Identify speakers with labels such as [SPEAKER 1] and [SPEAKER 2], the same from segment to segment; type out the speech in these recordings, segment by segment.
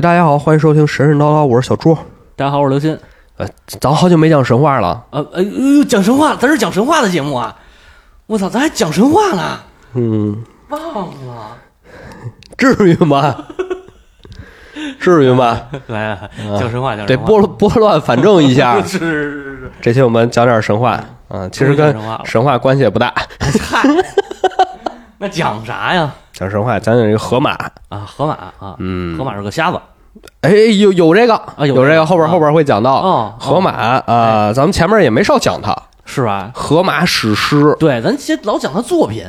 [SPEAKER 1] 大家好，欢迎收听神神叨叨，我是小朱。
[SPEAKER 2] 大家好，我是刘鑫。
[SPEAKER 1] 咱好久没讲神话了，
[SPEAKER 2] 呃呃，呃讲神话，咱是讲神话的节目啊！我操，咱还讲神话呢，
[SPEAKER 1] 嗯，
[SPEAKER 2] 忘了。
[SPEAKER 1] 至于 吗？至于吗？
[SPEAKER 2] 来来，来讲神话，讲
[SPEAKER 1] 得
[SPEAKER 2] 神话。。
[SPEAKER 1] 拨拨乱反正一下
[SPEAKER 2] 是是
[SPEAKER 1] 这期我们讲点神话，嗯，其实跟
[SPEAKER 2] 讲神话了
[SPEAKER 1] 神话关系也不大。
[SPEAKER 2] 是是， 嗨，那讲啥呀？
[SPEAKER 1] 讲神话，讲讲这个河马，
[SPEAKER 2] 啊，河马啊，
[SPEAKER 1] 嗯
[SPEAKER 2] 河马是个瞎子
[SPEAKER 1] 哎，有有这个
[SPEAKER 2] 啊有
[SPEAKER 1] 有
[SPEAKER 2] 这
[SPEAKER 1] 这
[SPEAKER 2] 个
[SPEAKER 1] 个，后边
[SPEAKER 2] 啊
[SPEAKER 1] 后边会讲到
[SPEAKER 2] 哦，哎
[SPEAKER 1] 河马啊，咱们前面也没少讲它，
[SPEAKER 2] 是吧？
[SPEAKER 1] 河马史诗，
[SPEAKER 2] 对，咱先老讲他作品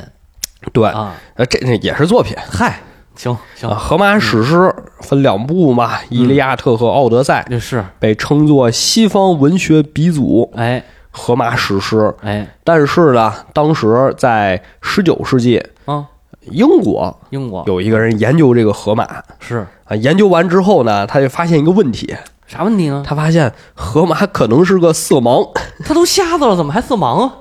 [SPEAKER 1] 对，
[SPEAKER 2] 啊。
[SPEAKER 1] 呃，这这也是作品。
[SPEAKER 2] 嗨，行行
[SPEAKER 1] 啊，，荷马史诗分两部嘛，
[SPEAKER 2] 嗯
[SPEAKER 1] 伊利亚特》和《奥德赛》
[SPEAKER 2] 这是
[SPEAKER 1] 被称作西方文学鼻祖，
[SPEAKER 2] 哎
[SPEAKER 1] 荷马史诗。
[SPEAKER 2] 哎
[SPEAKER 1] 但是呢，当时在19世纪，
[SPEAKER 2] 啊，
[SPEAKER 1] 英国
[SPEAKER 2] 英国
[SPEAKER 1] 有一个人研究这个河马
[SPEAKER 2] 是
[SPEAKER 1] 啊，研究完之后呢，他就发现一个问题，
[SPEAKER 2] 啥问题呢？
[SPEAKER 1] 他发现河马可能是个色盲，
[SPEAKER 2] 他都瞎子了，怎么还色盲啊？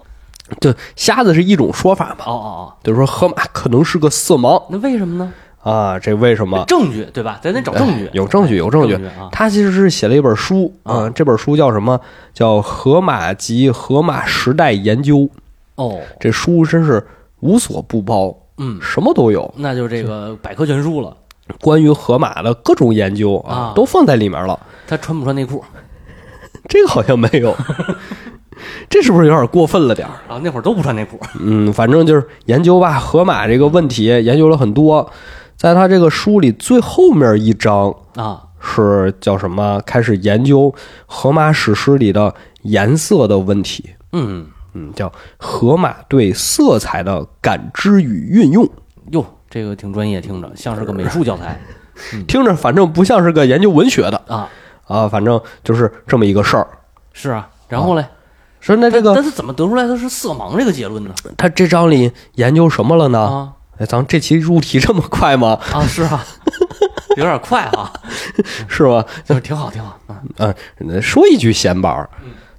[SPEAKER 1] 就瞎子是一种说法嘛，
[SPEAKER 2] 哦哦
[SPEAKER 1] 就是说河马可能是个色盲
[SPEAKER 2] 哦，那为什么呢？
[SPEAKER 1] 啊，这为什么？
[SPEAKER 2] 证据对吧？咱得找证据
[SPEAKER 1] 哎。有证据，有证据
[SPEAKER 2] 证据啊。
[SPEAKER 1] 他其实是写了一本书
[SPEAKER 2] 啊
[SPEAKER 1] 啊，这本书叫什么？叫《荷马及荷马时代研究》。
[SPEAKER 2] 哦，
[SPEAKER 1] 这书真是无所不包，
[SPEAKER 2] 嗯，
[SPEAKER 1] 什么都有，
[SPEAKER 2] 那就这个百科全书了。
[SPEAKER 1] 关于河马的各种研究
[SPEAKER 2] 啊
[SPEAKER 1] 啊，都放在里面了。
[SPEAKER 2] 他穿不穿内裤
[SPEAKER 1] 这个好像没有，这是不是有点过分了点儿？
[SPEAKER 2] 啊？那会儿都不穿内裤。
[SPEAKER 1] 嗯，反正就是研究吧，河马这个问题研究了很多。在他这个书里最后面一章
[SPEAKER 2] 啊，
[SPEAKER 1] 是叫什么？开始研究荷马史诗里的颜色的问题。
[SPEAKER 2] 嗯，
[SPEAKER 1] 嗯，叫河马对色彩的感知与运用，
[SPEAKER 2] 哟，这个挺专业，听着像是个美术教材
[SPEAKER 1] 听着反正不像是个研究文学的
[SPEAKER 2] 啊。
[SPEAKER 1] 啊，反正就是这么一个事儿。
[SPEAKER 2] 是啊，然后嘞，
[SPEAKER 1] 说那这
[SPEAKER 2] 但
[SPEAKER 1] 个
[SPEAKER 2] 但是怎么得出来他是色盲这个结论呢？
[SPEAKER 1] 他这章里研究什么了呢？
[SPEAKER 2] 啊
[SPEAKER 1] 哎，咱们这期入题这么快吗？
[SPEAKER 2] 啊，是啊， 有点快啊，
[SPEAKER 1] 是吧？
[SPEAKER 2] 就是挺好，挺好。嗯
[SPEAKER 1] 嗯、说一句闲白儿，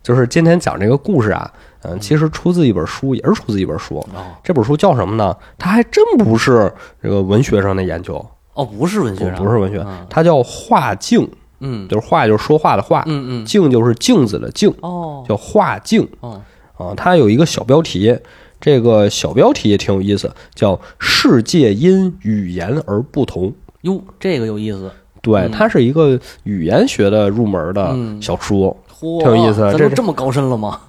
[SPEAKER 1] 就是今天讲这个故事啊，嗯、其实出自一本书，也是出自一本书。
[SPEAKER 2] 哦
[SPEAKER 1] 这本书叫什么呢？它还真不是这个文学上的研究，
[SPEAKER 2] 哦，不是文
[SPEAKER 1] 不
[SPEAKER 2] 学上，
[SPEAKER 1] 不是文学
[SPEAKER 2] 嗯，
[SPEAKER 1] 它叫画境，
[SPEAKER 2] 嗯
[SPEAKER 1] 就是画就是说话的话，
[SPEAKER 2] 嗯嗯，
[SPEAKER 1] 镜就是镜子的镜，
[SPEAKER 2] 哦
[SPEAKER 1] 叫画镜
[SPEAKER 2] 哦
[SPEAKER 1] 啊。它有一个小标题，这个小标题也挺有意思，叫“世界因语言而不同
[SPEAKER 2] 哟，这个有意思，”。
[SPEAKER 1] 对，
[SPEAKER 2] 嗯
[SPEAKER 1] 它是一个语言学的入门的
[SPEAKER 2] 嗯
[SPEAKER 1] 小书，
[SPEAKER 2] 嚯，
[SPEAKER 1] 挺有意思啊
[SPEAKER 2] 咱
[SPEAKER 1] 这
[SPEAKER 2] 都
[SPEAKER 1] 是
[SPEAKER 2] 这么高深了吗？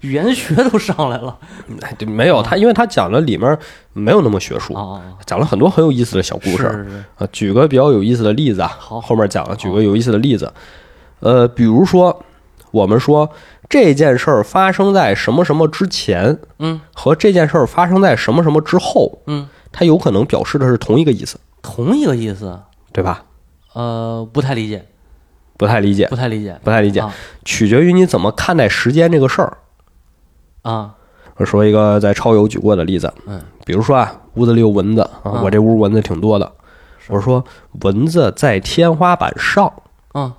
[SPEAKER 2] 语言学都上来了
[SPEAKER 1] 哎对没有
[SPEAKER 2] 哦
[SPEAKER 1] 它，因为它讲的里面没有那么学术，
[SPEAKER 2] 啊！
[SPEAKER 1] 讲了很多很有意思的小故
[SPEAKER 2] 是
[SPEAKER 1] 事
[SPEAKER 2] 是是
[SPEAKER 1] 啊。举个比较有意思的例子啊，
[SPEAKER 2] 好
[SPEAKER 1] 后面讲了，举个有意思的例子，呃，比如说我们说这件事儿发生在什么什么之前，
[SPEAKER 2] 嗯
[SPEAKER 1] 和这件事儿发生在什么什么之后，
[SPEAKER 2] 嗯，
[SPEAKER 1] 它有可能表示的是同一个意思，
[SPEAKER 2] 同一个意思，
[SPEAKER 1] 对吧？
[SPEAKER 2] 呃，不太理解，
[SPEAKER 1] 不太理解，
[SPEAKER 2] 不太理解，
[SPEAKER 1] 不太理解
[SPEAKER 2] 啊，
[SPEAKER 1] 取决于你怎么看待时间这个事儿。
[SPEAKER 2] 啊，
[SPEAKER 1] 我说一个在超游举过的例子，
[SPEAKER 2] 嗯，
[SPEAKER 1] 比如说啊，屋子里有蚊子啊，
[SPEAKER 2] 嗯
[SPEAKER 1] 我这屋蚊子挺多的，我说蚊子在天花板上，
[SPEAKER 2] 嗯，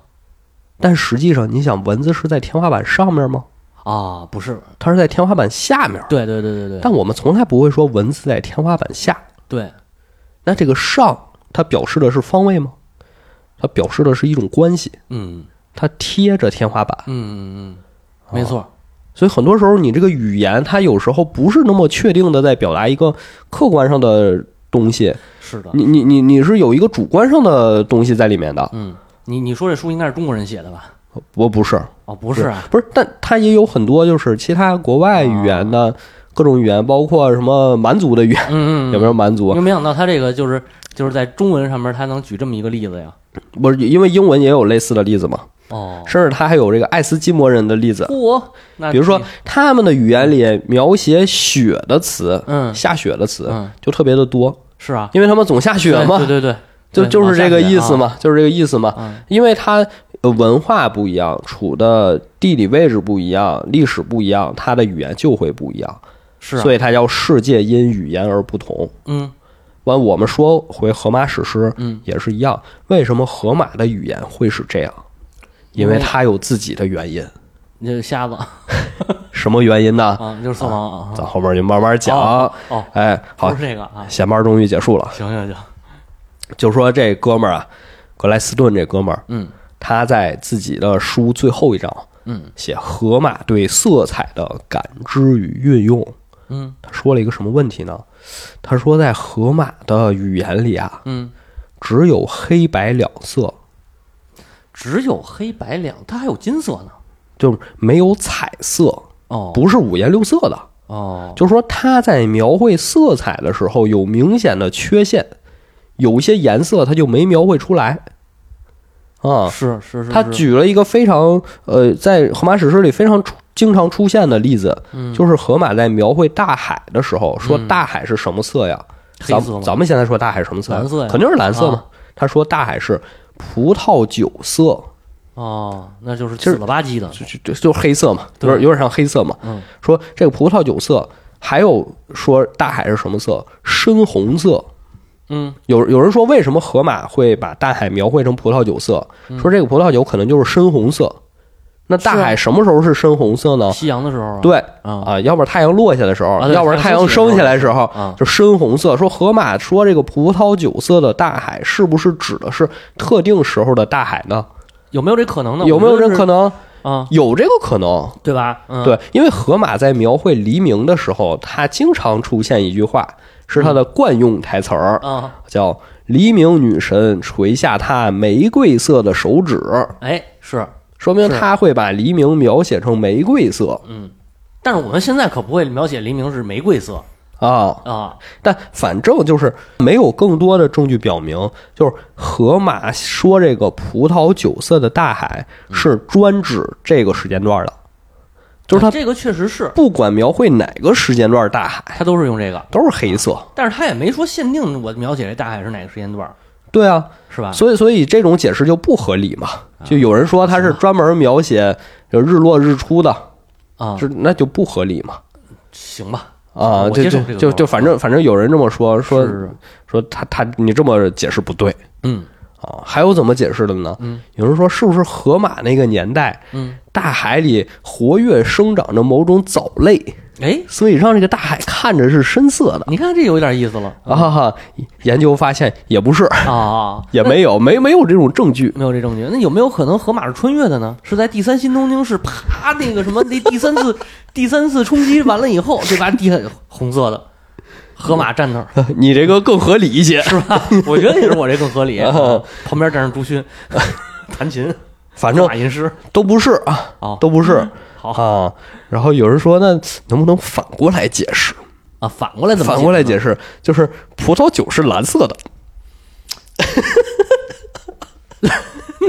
[SPEAKER 1] 但实际上你想，蚊子是在天花板上面吗？
[SPEAKER 2] 啊，不是，
[SPEAKER 1] 它是在天花板下面。
[SPEAKER 2] 对对对对对，
[SPEAKER 1] 但我们从来不会说蚊子在天花板下，
[SPEAKER 2] 对，
[SPEAKER 1] 那这个上它表示的是方位吗？它表示的是一种关系，
[SPEAKER 2] 嗯
[SPEAKER 1] 它贴着天花板
[SPEAKER 2] 嗯，嗯
[SPEAKER 1] 哦
[SPEAKER 2] 嗯，没错，
[SPEAKER 1] 所以很多时候你这个语言它有时候不是那么确定的在表达一个客观上的东西，
[SPEAKER 2] 是的，
[SPEAKER 1] 你你你你是有一个主观上的东西在里面的。
[SPEAKER 2] 嗯，你你说这书应该是中国人写的吧？
[SPEAKER 1] 我不是，
[SPEAKER 2] 哦，不是啊，
[SPEAKER 1] 不是，但它也有很多就是其他国外语言
[SPEAKER 2] 啊
[SPEAKER 1] 的各种语言，包括什么蛮族的语言，
[SPEAKER 2] 嗯嗯，
[SPEAKER 1] 有没有蛮
[SPEAKER 2] 因
[SPEAKER 1] 族？
[SPEAKER 2] 为没想到他这个就是就是在中文上面他能举这么一个例子呀？
[SPEAKER 1] 不是，因为英文也有类似的例子嘛，
[SPEAKER 2] 哦，
[SPEAKER 1] 甚至它还有这个爱斯基摩人的例子。
[SPEAKER 2] 嚯，那
[SPEAKER 1] 比如说
[SPEAKER 2] 你，
[SPEAKER 1] 他们的语言里描写雪的词，
[SPEAKER 2] 嗯
[SPEAKER 1] 下雪的词、
[SPEAKER 2] 嗯
[SPEAKER 1] 就特别的多，
[SPEAKER 2] 是啊，
[SPEAKER 1] 因为他们总下雪
[SPEAKER 2] 对
[SPEAKER 1] 嘛，
[SPEAKER 2] 对对对，
[SPEAKER 1] 就
[SPEAKER 2] 对
[SPEAKER 1] 就是这个意思，
[SPEAKER 2] 往下啊
[SPEAKER 1] 嘛，就是这个意思嘛。
[SPEAKER 2] 写啊
[SPEAKER 1] 因为它呃文化不一样，处的地理位置不一样，历史不一样，它的语言就会不一样，
[SPEAKER 2] 嗯，是啊，
[SPEAKER 1] 所以它叫世界因语言而不同。
[SPEAKER 2] 嗯
[SPEAKER 1] 完，我们说回荷马史诗，
[SPEAKER 2] 嗯，
[SPEAKER 1] 也是一样。为什么荷马的语言会是这样？因为
[SPEAKER 2] 因为
[SPEAKER 1] 它有自己的原因。
[SPEAKER 2] 你这瞎子
[SPEAKER 1] 什么原因呢？
[SPEAKER 2] 啊，就是色盲啊，
[SPEAKER 1] 咱后面就慢慢讲。
[SPEAKER 2] 哦哦，
[SPEAKER 1] 哎，好
[SPEAKER 2] 不，是这个啊，
[SPEAKER 1] 闲班终于结束了。
[SPEAKER 2] 行行行，
[SPEAKER 1] 就说这哥们儿啊，格莱斯顿这哥们儿，
[SPEAKER 2] 嗯
[SPEAKER 1] 他在自己的书最后一章
[SPEAKER 2] 嗯
[SPEAKER 1] 写河马对色彩的感知与运用，
[SPEAKER 2] 嗯
[SPEAKER 1] 他说了一个什么问题呢？他说在河马的语言里啊，
[SPEAKER 2] 嗯，
[SPEAKER 1] 只有黑白两色，
[SPEAKER 2] 只有黑白两，它还有金色呢。
[SPEAKER 1] 就是没有彩色，
[SPEAKER 2] 哦
[SPEAKER 1] 不是五颜六色的。
[SPEAKER 2] 哦，
[SPEAKER 1] 就是说他在描绘色彩的时候有明显的缺陷，有一些颜色他就没描绘出来。啊，
[SPEAKER 2] 是是是，
[SPEAKER 1] 他
[SPEAKER 2] 是
[SPEAKER 1] 举了一个非常呃，在荷马史诗里非常出经常出现的例子，
[SPEAKER 2] 嗯
[SPEAKER 1] 就是荷马在描绘大海的时候，说
[SPEAKER 2] 嗯
[SPEAKER 1] 大海是什么色呀？
[SPEAKER 2] 黑
[SPEAKER 1] 咱
[SPEAKER 2] 色吗？
[SPEAKER 1] 咱们现在说大海什么色呀？
[SPEAKER 2] 蓝色呀
[SPEAKER 1] 肯定是蓝色嘛
[SPEAKER 2] 啊。
[SPEAKER 1] 他说大海是葡萄酒色，
[SPEAKER 2] 哦，那就是
[SPEAKER 1] 就是
[SPEAKER 2] 紫了吧唧的。
[SPEAKER 1] 就就就就是黑色嘛，有
[SPEAKER 2] 对
[SPEAKER 1] 点有点像黑色嘛。
[SPEAKER 2] 嗯
[SPEAKER 1] 说这个葡萄酒色，还有说大海是什么色？深红色。
[SPEAKER 2] 嗯
[SPEAKER 1] 有有人说，为什么河马会把大海描绘成葡萄酒色？
[SPEAKER 2] 嗯
[SPEAKER 1] 说这个葡萄酒可能就是深红色。那大海什么时候是深红色呢？
[SPEAKER 2] 夕阳的时候啊。
[SPEAKER 1] 对
[SPEAKER 2] 啊
[SPEAKER 1] 啊，要不然太阳落下的时候
[SPEAKER 2] 啊，对
[SPEAKER 1] 要不然太阳升起来的时候
[SPEAKER 2] 啊，
[SPEAKER 1] 就深红色。说河马说这个葡萄酒色的大海是不是指的是特定时候的大海呢？
[SPEAKER 2] 有没有这可能呢？
[SPEAKER 1] 有没有这
[SPEAKER 2] 我觉
[SPEAKER 1] 可
[SPEAKER 2] 得
[SPEAKER 1] 能？
[SPEAKER 2] 是啊？
[SPEAKER 1] 有这个可能，
[SPEAKER 2] 对吧？嗯，
[SPEAKER 1] 对，因为河马在描绘黎明的时候，它经常出现一句话，是它的惯用台词儿，
[SPEAKER 2] 啊，
[SPEAKER 1] 叫“黎明女神垂下她玫瑰色的手指
[SPEAKER 2] 哎是，”，
[SPEAKER 1] 说明
[SPEAKER 2] 是
[SPEAKER 1] 他会把黎明描写成玫瑰色
[SPEAKER 2] 但是我们现在可不会描写黎明是玫瑰色
[SPEAKER 1] 啊。
[SPEAKER 2] 啊。
[SPEAKER 1] 但反正就是没有更多的证据表明，就是河马说这个葡萄酒色的大海是专指这个时间段的，就是它
[SPEAKER 2] 啊这个确实是，
[SPEAKER 1] 不管描绘哪个时间段大海
[SPEAKER 2] 他都是用这个，
[SPEAKER 1] 都是黑色。
[SPEAKER 2] 但是他也没说限定我描写这大海是哪个时间段儿，
[SPEAKER 1] 对啊，
[SPEAKER 2] 是吧？
[SPEAKER 1] 所以，所以这种解释就不合理嘛。
[SPEAKER 2] 啊
[SPEAKER 1] 就有人说他是专门描写就日落日出的，
[SPEAKER 2] 啊，
[SPEAKER 1] 这那就不合理嘛。
[SPEAKER 2] 行吧，
[SPEAKER 1] 啊，
[SPEAKER 2] 我
[SPEAKER 1] 就
[SPEAKER 2] 接受
[SPEAKER 1] 就
[SPEAKER 2] 这个
[SPEAKER 1] 就
[SPEAKER 2] 说法
[SPEAKER 1] 就反正反正有人这么说说
[SPEAKER 2] 是是
[SPEAKER 1] 说他他你这么解释不对
[SPEAKER 2] 嗯
[SPEAKER 1] 啊。还有怎么解释的呢？有人说是不是河马那个年代
[SPEAKER 2] 嗯，
[SPEAKER 1] 大海里活跃生长着某种藻类，
[SPEAKER 2] 哎，
[SPEAKER 1] 所以让这个大海看着是深色的
[SPEAKER 2] 你看这有点意思了
[SPEAKER 1] 啊？哈哈，研究发现也不 是，
[SPEAKER 2] 啊，
[SPEAKER 1] 也没有没没有这种证据。
[SPEAKER 2] 没有这证据，那有没有可能河马是穿越的呢？是在第三新东京市啪那个什么那第三次 第三次冲击完了以后，对吧？地下红色的河马站 那儿，
[SPEAKER 1] 你这个更合理一些。
[SPEAKER 2] 是吧？我觉得也是我这更合 理。
[SPEAKER 1] 哦
[SPEAKER 2] 旁边站着朱勋， 弹琴，
[SPEAKER 1] 反正
[SPEAKER 2] 马吟诗
[SPEAKER 1] 都不是啊，
[SPEAKER 2] 哦
[SPEAKER 1] 都不是
[SPEAKER 2] 好
[SPEAKER 1] 啊。然后有人说，那能不能反过来解释？
[SPEAKER 2] 啊，反过来怎么
[SPEAKER 1] 反过来
[SPEAKER 2] 解
[SPEAKER 1] 解释就是葡萄酒是蓝色的，
[SPEAKER 2] 释？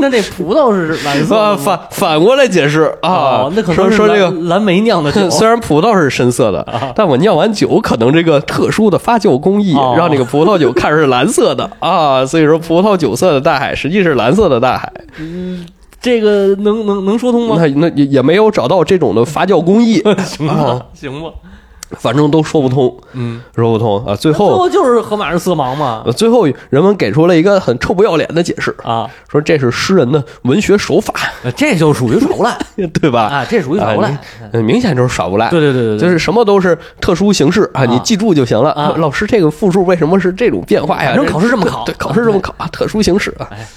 [SPEAKER 2] 那这葡萄是蓝色
[SPEAKER 1] 啊，
[SPEAKER 2] 的吗
[SPEAKER 1] 反反过来解释啊
[SPEAKER 2] 哦，，那可
[SPEAKER 1] 说
[SPEAKER 2] 能是
[SPEAKER 1] 说
[SPEAKER 2] 蓝
[SPEAKER 1] 这个。
[SPEAKER 2] 蓝莓酿的 酒啊
[SPEAKER 1] 虽然葡萄是深色的，但我酿完酒，可能这个特殊的发酵工艺
[SPEAKER 2] 哦
[SPEAKER 1] 让这个葡萄酒看着是蓝色的啊，所以说葡萄酒色的大海实际是蓝色的大海。
[SPEAKER 2] 这个能能能说通吗？
[SPEAKER 1] 那那也也没有找到这种的发酵工 艺，
[SPEAKER 2] 行
[SPEAKER 1] 啊
[SPEAKER 2] 吧，哦行吧，
[SPEAKER 1] 反正都说不通，
[SPEAKER 2] 嗯，
[SPEAKER 1] 说不通啊。最
[SPEAKER 2] 最
[SPEAKER 1] 后
[SPEAKER 2] 后就是河马是色盲嘛
[SPEAKER 1] 呃，最后人们给出了一个很臭不要脸的解释，
[SPEAKER 2] 啊，
[SPEAKER 1] 说这是诗人的文学手法，
[SPEAKER 2] 这就属于耍无赖
[SPEAKER 1] 对吧？
[SPEAKER 2] 啊，这属于耍无赖。
[SPEAKER 1] 你呃明显就是耍无赖。
[SPEAKER 2] 对对对对对，
[SPEAKER 1] 就是什么都是特殊形式啊，
[SPEAKER 2] 啊
[SPEAKER 1] 你记住就行了。
[SPEAKER 2] 啊
[SPEAKER 1] 老师，这个复数为什么是这种变化呀？
[SPEAKER 2] 反正考试这么考
[SPEAKER 1] 对，考试这么考啊，特殊形式啊
[SPEAKER 2] 哎，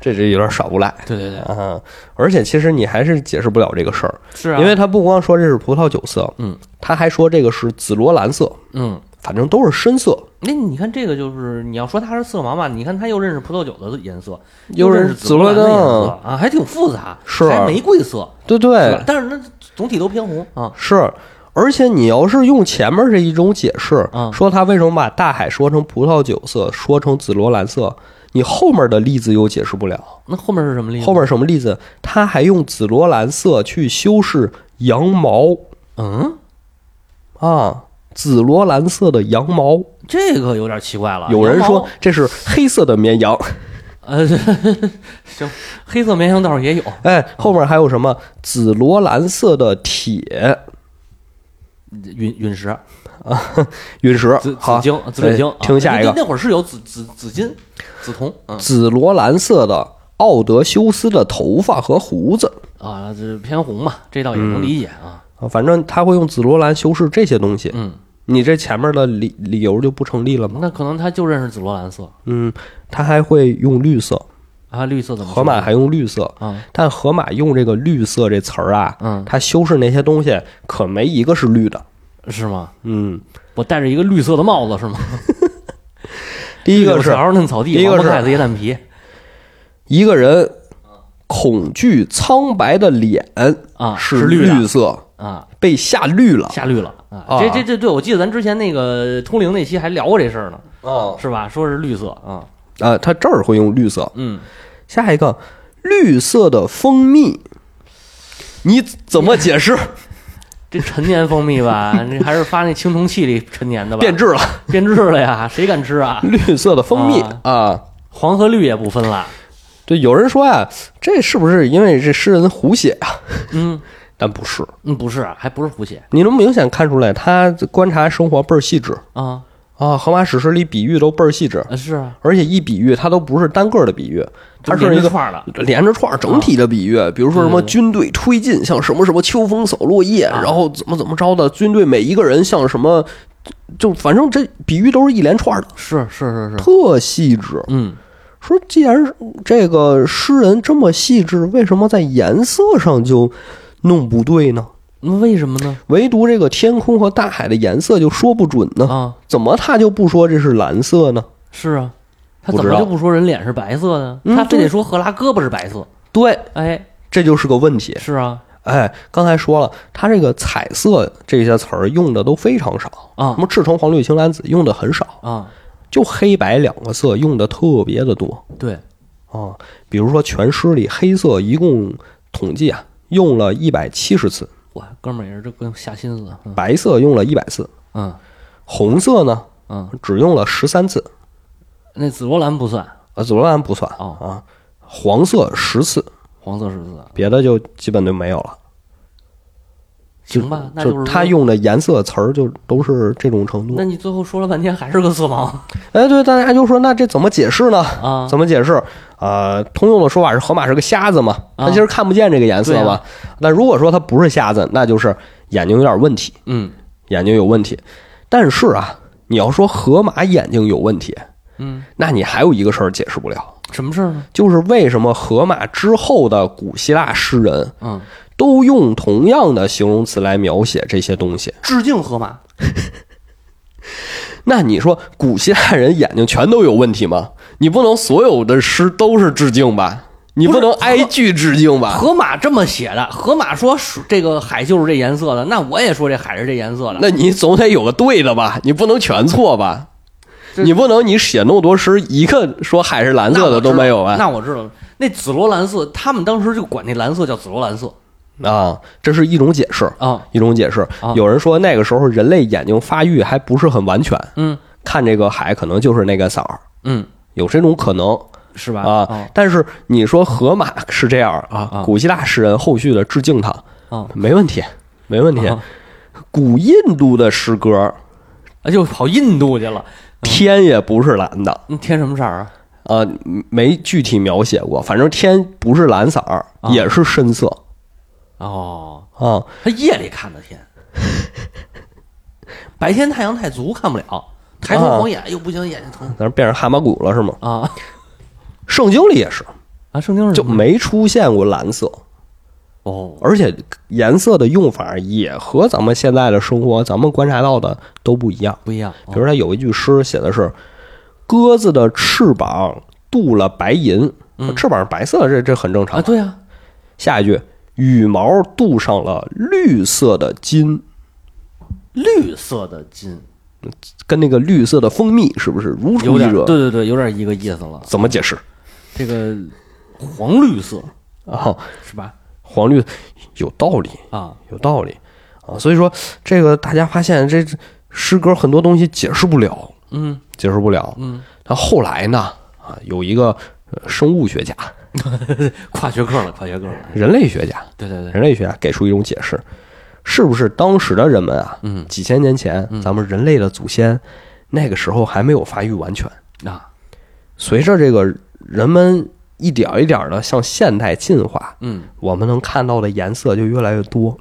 [SPEAKER 1] 这这有点耍无赖
[SPEAKER 2] 对对对，
[SPEAKER 1] 啊。而且其实你还是解释不了这个事儿，
[SPEAKER 2] 是啊，
[SPEAKER 1] 因为他不光说这是葡萄酒色，
[SPEAKER 2] 嗯，
[SPEAKER 1] 他还说这个是紫罗兰色，
[SPEAKER 2] 嗯，
[SPEAKER 1] 反正都是深色。
[SPEAKER 2] 那你看这个就是你要说他是色盲吧，你看他又认识葡萄酒的颜色，
[SPEAKER 1] 又认
[SPEAKER 2] 认
[SPEAKER 1] 识
[SPEAKER 2] 识
[SPEAKER 1] 紫
[SPEAKER 2] 紫
[SPEAKER 1] 罗兰
[SPEAKER 2] 兰的颜色啊，还挺复杂，
[SPEAKER 1] 是啊哎
[SPEAKER 2] 还玫瑰色，
[SPEAKER 1] 对对
[SPEAKER 2] 是吧，但是那总体都偏红啊，
[SPEAKER 1] 是，而且你要是用前面这一种解释，
[SPEAKER 2] 嗯
[SPEAKER 1] 说他为什么把大海说成葡萄酒色，说成紫罗兰色，你后面的例子又解释不了。
[SPEAKER 2] 那后面是什么例子？
[SPEAKER 1] 后面什么例子？他还用紫罗兰色去修饰羊毛
[SPEAKER 2] 嗯，
[SPEAKER 1] 啊，紫罗兰色的羊毛。
[SPEAKER 2] 这个有点奇怪了，
[SPEAKER 1] 有人
[SPEAKER 2] 啊羊毛
[SPEAKER 1] 说这是黑色的绵羊，
[SPEAKER 2] 呃， 行，黑色绵羊倒是也有
[SPEAKER 1] 哎，后面还有什么紫罗兰色的铁
[SPEAKER 2] 陨陨石、
[SPEAKER 1] 陨石
[SPEAKER 2] 紫？紫
[SPEAKER 1] 好，
[SPEAKER 2] 晶、紫水晶
[SPEAKER 1] 哎。听下一
[SPEAKER 2] 啊
[SPEAKER 1] 个，
[SPEAKER 2] 那那会儿是有紫紫紫金、紫铜，嗯
[SPEAKER 1] 紫罗兰色的奥德修斯的头发和胡子。
[SPEAKER 2] 啊，这偏红嘛，这倒也能理解啊。
[SPEAKER 1] 啊，反正他会用紫罗兰修饰这些东西，
[SPEAKER 2] 嗯，
[SPEAKER 1] 你这前面的理理由就不成立了嘛。
[SPEAKER 2] 那可能他就认识紫罗兰色
[SPEAKER 1] 嗯，他还会用绿色，
[SPEAKER 2] 啊，绿色怎么说？
[SPEAKER 1] 河马还用绿色，
[SPEAKER 2] 啊，
[SPEAKER 1] 但河马用这个“绿色”这词儿啊，
[SPEAKER 2] 嗯，
[SPEAKER 1] 它修饰那些东西可没一个是绿的。
[SPEAKER 2] 是吗？
[SPEAKER 1] 嗯，
[SPEAKER 2] 我戴着一个绿色的帽子是吗？
[SPEAKER 1] 第 一个
[SPEAKER 2] 绿
[SPEAKER 1] 是
[SPEAKER 2] 柳条嫩草地，
[SPEAKER 1] 第 一个是
[SPEAKER 2] 王八盖子椰蛋皮
[SPEAKER 1] 一个人恐惧苍白的脸
[SPEAKER 2] 啊，
[SPEAKER 1] 是
[SPEAKER 2] 绿的
[SPEAKER 1] 绿色，
[SPEAKER 2] 啊，
[SPEAKER 1] 被吓绿了。
[SPEAKER 2] 吓绿了啊
[SPEAKER 1] 啊
[SPEAKER 2] 这这这，对我记得咱之前那个通灵那期还聊过这事儿呢，
[SPEAKER 1] 哦，
[SPEAKER 2] 是吧？说是绿色啊，
[SPEAKER 1] 啊，它这儿会用绿色。
[SPEAKER 2] 嗯，
[SPEAKER 1] 下一个，绿色的蜂蜜，你怎么解 释？
[SPEAKER 2] 这陈年蜂蜜吧， 那还是发那青铜器里陈年的吧，
[SPEAKER 1] 变质了，
[SPEAKER 2] 变质了呀，谁敢吃啊？
[SPEAKER 1] 绿色的蜂蜜
[SPEAKER 2] 啊
[SPEAKER 1] 啊。
[SPEAKER 2] 黄和绿也不分了，
[SPEAKER 1] 对，有人说呀，这是不是因为这诗人胡写啊？
[SPEAKER 2] 嗯
[SPEAKER 1] 但不是，
[SPEAKER 2] 嗯，不是，还不是胡写
[SPEAKER 1] 你能明显看出来，他观察生活倍儿细致
[SPEAKER 2] 啊，
[SPEAKER 1] 啊。荷马史诗里比喻都倍儿细致，
[SPEAKER 2] 呃是啊，
[SPEAKER 1] 而且一比喻它都不是单个儿的比喻，它是一
[SPEAKER 2] 连着
[SPEAKER 1] 个
[SPEAKER 2] 串儿的，
[SPEAKER 1] 连着串儿整体的比喻。比如说什么
[SPEAKER 2] 对对对
[SPEAKER 1] 军队推进，像什么什么秋风扫落叶，
[SPEAKER 2] 嗯啊
[SPEAKER 1] 然后怎么怎么着的，军队每一个人像什么，就反正这比喻都是一连串儿的，
[SPEAKER 2] 是是是是，
[SPEAKER 1] 特细致。
[SPEAKER 2] 嗯，
[SPEAKER 1] 说，既然这个诗人这么细致，为什么在颜色上就弄不对呢？
[SPEAKER 2] 那为什么呢？
[SPEAKER 1] 唯独这个天空和大海的颜色就说不准呢？
[SPEAKER 2] 啊，
[SPEAKER 1] 怎么他就不说这是蓝色呢？
[SPEAKER 2] 是啊，他
[SPEAKER 1] 不
[SPEAKER 2] 怎
[SPEAKER 1] 知
[SPEAKER 2] 么
[SPEAKER 1] 道
[SPEAKER 2] 就不说人脸是白色呢？
[SPEAKER 1] 嗯
[SPEAKER 2] 他非得
[SPEAKER 1] 对
[SPEAKER 2] 说赫拉胳膊是白色，
[SPEAKER 1] 对，
[SPEAKER 2] 哎，
[SPEAKER 1] 这就是个问题。
[SPEAKER 2] 是啊，
[SPEAKER 1] 哎，刚才说了，他这个彩色这些词儿用的都非常少，
[SPEAKER 2] 啊
[SPEAKER 1] 什么赤橙黄绿青蓝紫用的很少，
[SPEAKER 2] 啊，
[SPEAKER 1] 就黑白两个色用的特别的多
[SPEAKER 2] 对，
[SPEAKER 1] 啊。比如说全诗里黑色一共统计啊用了一百七十次，
[SPEAKER 2] 我哥们儿也是这跟下心思，嗯
[SPEAKER 1] 白色用了一百次，
[SPEAKER 2] 嗯
[SPEAKER 1] 红色呢
[SPEAKER 2] 嗯，
[SPEAKER 1] 只用了十三次，
[SPEAKER 2] 那紫罗兰不算，
[SPEAKER 1] 啊，紫罗兰不算
[SPEAKER 2] 哦
[SPEAKER 1] 啊，黄色十次，
[SPEAKER 2] 黄色十字，
[SPEAKER 1] 别的就基本就没有了。
[SPEAKER 2] 行吧，那
[SPEAKER 1] 就是他
[SPEAKER 2] 说，
[SPEAKER 1] 用的颜色词儿就都是这种程度
[SPEAKER 2] 那。你最后说了半天还是个色盲
[SPEAKER 1] 哎，对，大家就说那这怎么解释呢？
[SPEAKER 2] 啊，
[SPEAKER 1] 怎么解释？呃，通用的说法是河马是个瞎子嘛，
[SPEAKER 2] 啊
[SPEAKER 1] 他其实看不见这个颜色
[SPEAKER 2] 对
[SPEAKER 1] 嘛
[SPEAKER 2] 啊。
[SPEAKER 1] 那如果说他不是瞎子，那就是眼睛有点问题，
[SPEAKER 2] 嗯
[SPEAKER 1] 眼睛有问题。但是啊，你要说河马眼睛有问题，
[SPEAKER 2] 嗯，
[SPEAKER 1] 那你还有一个事儿解释不了，
[SPEAKER 2] 什么事儿呢？
[SPEAKER 1] 就是为什么河马之后的古希腊诗人
[SPEAKER 2] 嗯，
[SPEAKER 1] 都用同样的形容词来描写这些东西。
[SPEAKER 2] 致敬河马，
[SPEAKER 1] 那你说古希腊人眼睛全都有问题吗？你不能所有的诗都是致敬吧？你不能挨句致敬吧？
[SPEAKER 2] 河马这么写的，河马说水这个海就是这颜色的，那我也说这海是这颜色的，
[SPEAKER 1] 那你总得有个对的 吧？你不能全错吧？
[SPEAKER 2] 这
[SPEAKER 1] 你不能你写那么多诗，一个说海是蓝色的都没有啊吧？
[SPEAKER 2] 那我知道了，那紫罗兰色，他们当时就管那蓝色叫紫罗兰色
[SPEAKER 1] 啊，这是一种解释，
[SPEAKER 2] 啊，
[SPEAKER 1] 一种解释
[SPEAKER 2] 啊。
[SPEAKER 1] 有人说那个时候人类眼睛发育还不是很完全，
[SPEAKER 2] 嗯
[SPEAKER 1] 看这个海可能就是那个色儿，
[SPEAKER 2] 嗯，
[SPEAKER 1] 有这种可能。
[SPEAKER 2] 是吧？哦
[SPEAKER 1] 啊，但是你说河马是这样
[SPEAKER 2] 啊
[SPEAKER 1] 啊，古希腊诗人后续的致敬他
[SPEAKER 2] 啊，
[SPEAKER 1] 没问题，没问题
[SPEAKER 2] 啊。
[SPEAKER 1] 古印度的诗歌
[SPEAKER 2] 啊，就跑印度去了，
[SPEAKER 1] 天也不是蓝的，
[SPEAKER 2] 你添什么色儿啊？
[SPEAKER 1] 啊，没具体描写过，反正天不是蓝色儿，
[SPEAKER 2] 啊
[SPEAKER 1] 也是深色
[SPEAKER 2] 哦，
[SPEAKER 1] 啊。
[SPEAKER 2] 他夜里看的天，白天太阳太足看不了，抬
[SPEAKER 1] 啊
[SPEAKER 2] 头晃眼又不行，眼睛疼
[SPEAKER 1] 但是变成蛤蟆骨了是吗？
[SPEAKER 2] 啊
[SPEAKER 1] 圣经里也是，
[SPEAKER 2] 啊！圣经是
[SPEAKER 1] 就没出现过蓝色，
[SPEAKER 2] 哦，
[SPEAKER 1] 而且颜色的用法也和咱们现在的生活咱们观察到的都不一样。
[SPEAKER 2] 不一样，
[SPEAKER 1] 比如他有一句诗写的是“鸽子的翅膀镀了白银
[SPEAKER 2] 嗯”，
[SPEAKER 1] 翅膀是白色的，这这很正
[SPEAKER 2] 啊，
[SPEAKER 1] 常。
[SPEAKER 2] 对啊，
[SPEAKER 1] 下一句“羽毛镀上了绿色的金
[SPEAKER 2] 绿色的金，”，
[SPEAKER 1] 跟那个绿色的蜂蜜是不是如出
[SPEAKER 2] 有
[SPEAKER 1] 一
[SPEAKER 2] 点对
[SPEAKER 1] 辙？
[SPEAKER 2] 对对，有点一个意思了。
[SPEAKER 1] 怎么解释
[SPEAKER 2] 这个黄绿色
[SPEAKER 1] 啊？
[SPEAKER 2] 是吧？
[SPEAKER 1] 黄绿有道理，
[SPEAKER 2] 啊，
[SPEAKER 1] 有道理啊！所以说，这个大家发现这诗歌很多东西解释不了，
[SPEAKER 2] 嗯
[SPEAKER 1] 解释不了。
[SPEAKER 2] 嗯，
[SPEAKER 1] 但后来呢，啊，有一个呃生物学家、
[SPEAKER 2] 跨学
[SPEAKER 1] 哎
[SPEAKER 2] 科了，跨学科了，
[SPEAKER 1] 人类学家，
[SPEAKER 2] 对对对，
[SPEAKER 1] 人类学家给出一种解释，是不是当时的人们啊，
[SPEAKER 2] 嗯
[SPEAKER 1] 几千年前
[SPEAKER 2] 嗯
[SPEAKER 1] 咱们人类的祖先那个时候还没有发育完全，
[SPEAKER 2] 啊，
[SPEAKER 1] 随着这个人们一点儿一点的向现代进化，
[SPEAKER 2] 嗯
[SPEAKER 1] 我们能看到的颜色就越来越多。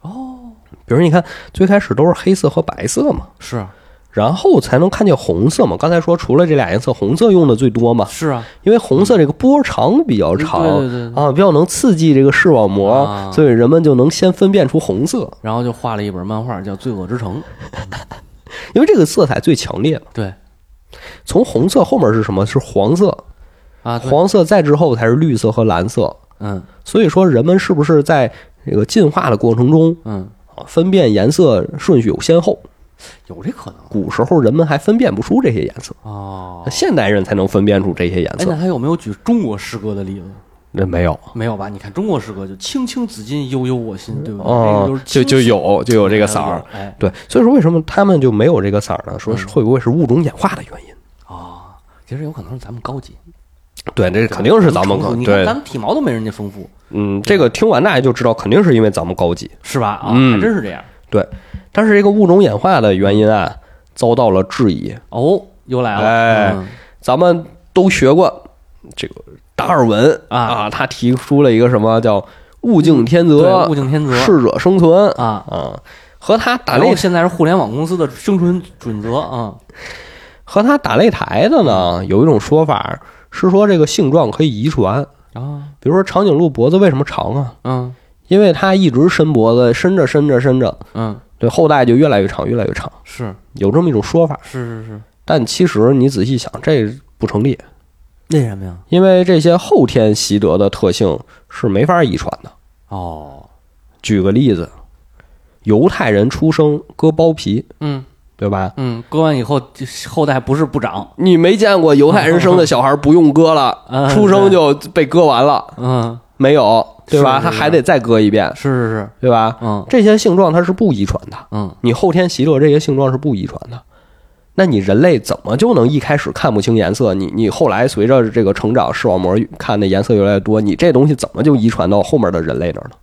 [SPEAKER 1] 哦，比如你看，最开始都是黑色和白色嘛，
[SPEAKER 2] 是啊
[SPEAKER 1] 然后才能看见红色嘛。刚才说除了这俩颜色，红色用的最多嘛，
[SPEAKER 2] 是啊，
[SPEAKER 1] 因为红色这个波长比较长。
[SPEAKER 2] 对嗯对对对
[SPEAKER 1] 啊，比较能刺激这个视网膜，
[SPEAKER 2] 啊
[SPEAKER 1] 所以人们就能先分辨出红色，
[SPEAKER 2] 然后就画了一本漫画叫《罪恶之城》，
[SPEAKER 1] 因为这个色彩最强烈嘛。
[SPEAKER 2] 对
[SPEAKER 1] 从红色后面是什么？是黄色，
[SPEAKER 2] 啊，对
[SPEAKER 1] 黄色再之后才是绿色和蓝色。
[SPEAKER 2] 嗯
[SPEAKER 1] 所以说，人们是不是在这个进化的过程中
[SPEAKER 2] 嗯，
[SPEAKER 1] 啊，分辨颜色顺序有先后？
[SPEAKER 2] 有这可能
[SPEAKER 1] 古时候人们还分辨不出这些颜色，
[SPEAKER 2] 哦。
[SPEAKER 1] 现代人才能分辨出这些颜
[SPEAKER 2] 哎，那
[SPEAKER 1] 色。
[SPEAKER 2] 还有没有举中国诗歌的例子？
[SPEAKER 1] 那没有
[SPEAKER 2] 没有吧？你看中国诗歌就“青青子衿，悠悠我心”，对不对？这个
[SPEAKER 1] 哦就
[SPEAKER 2] 是，青
[SPEAKER 1] 就有就有这个色儿。。
[SPEAKER 2] 哎，
[SPEAKER 1] 对，所以说为什么他们就没有这个色儿呢？
[SPEAKER 2] 嗯
[SPEAKER 1] 说是会不会是物种演化的原因？
[SPEAKER 2] 哦，其实有可能是咱们高级，
[SPEAKER 1] 对，这肯定是咱们
[SPEAKER 2] 重复
[SPEAKER 1] 可
[SPEAKER 2] 你看
[SPEAKER 1] 对
[SPEAKER 2] 咱，们体毛都没人家丰富，
[SPEAKER 1] 嗯，这个听完大家就知道，肯定是因为咱们高级。
[SPEAKER 2] 是吧？啊，
[SPEAKER 1] 嗯
[SPEAKER 2] 还真是这样。
[SPEAKER 1] 对，但是这个物种演化的原因啊，遭到了质疑。
[SPEAKER 2] 哦，又来了。
[SPEAKER 1] 哎
[SPEAKER 2] 嗯
[SPEAKER 1] 咱们都学过这个达尔文
[SPEAKER 2] 啊
[SPEAKER 1] 他提出了一个什么叫物竞天择、
[SPEAKER 2] 对物竞天择
[SPEAKER 1] 适者生存
[SPEAKER 2] 啊。
[SPEAKER 1] 啊，和他打
[SPEAKER 2] 然后
[SPEAKER 1] 擂
[SPEAKER 2] 现在是互联网公司的生存准则啊，
[SPEAKER 1] 和他打擂台的呢，有一种说法是说这个性状可以遗传，
[SPEAKER 2] 啊，
[SPEAKER 1] 比如说长颈鹿脖子为什么长啊？
[SPEAKER 2] 嗯
[SPEAKER 1] 因为它一直伸脖子，伸着伸着伸着，
[SPEAKER 2] 嗯，
[SPEAKER 1] 对后代就越来越长，越来越长，
[SPEAKER 2] 是
[SPEAKER 1] 有这么一种说法。
[SPEAKER 2] 是是是，
[SPEAKER 1] 但其实你仔细想，这不成立，
[SPEAKER 2] 为什么呀？
[SPEAKER 1] 因为这些后天习得的特性是没法遗传的。
[SPEAKER 2] 哦，
[SPEAKER 1] 举个例子，犹太人出生割包皮，
[SPEAKER 2] 嗯
[SPEAKER 1] 对吧？
[SPEAKER 2] 嗯，割完以后就后代不是不长，
[SPEAKER 1] 你没见过犹太人生的小孩不用割了，
[SPEAKER 2] 嗯
[SPEAKER 1] 出生就被割完了，
[SPEAKER 2] 嗯，
[SPEAKER 1] 没有，对吧？
[SPEAKER 2] 是
[SPEAKER 1] 他
[SPEAKER 2] 是
[SPEAKER 1] 还得再割一遍，
[SPEAKER 2] 是是是，
[SPEAKER 1] 对吧？
[SPEAKER 2] 嗯
[SPEAKER 1] 这些性状它是不遗传的，
[SPEAKER 2] 嗯，
[SPEAKER 1] 你后天习得这些性状是不遗传的。那你人类怎么就能一开始看不清颜色？你你后来随着这个成长，视网膜看的颜色越来越多，你这东西怎么就遗传到后面的人类那儿呢？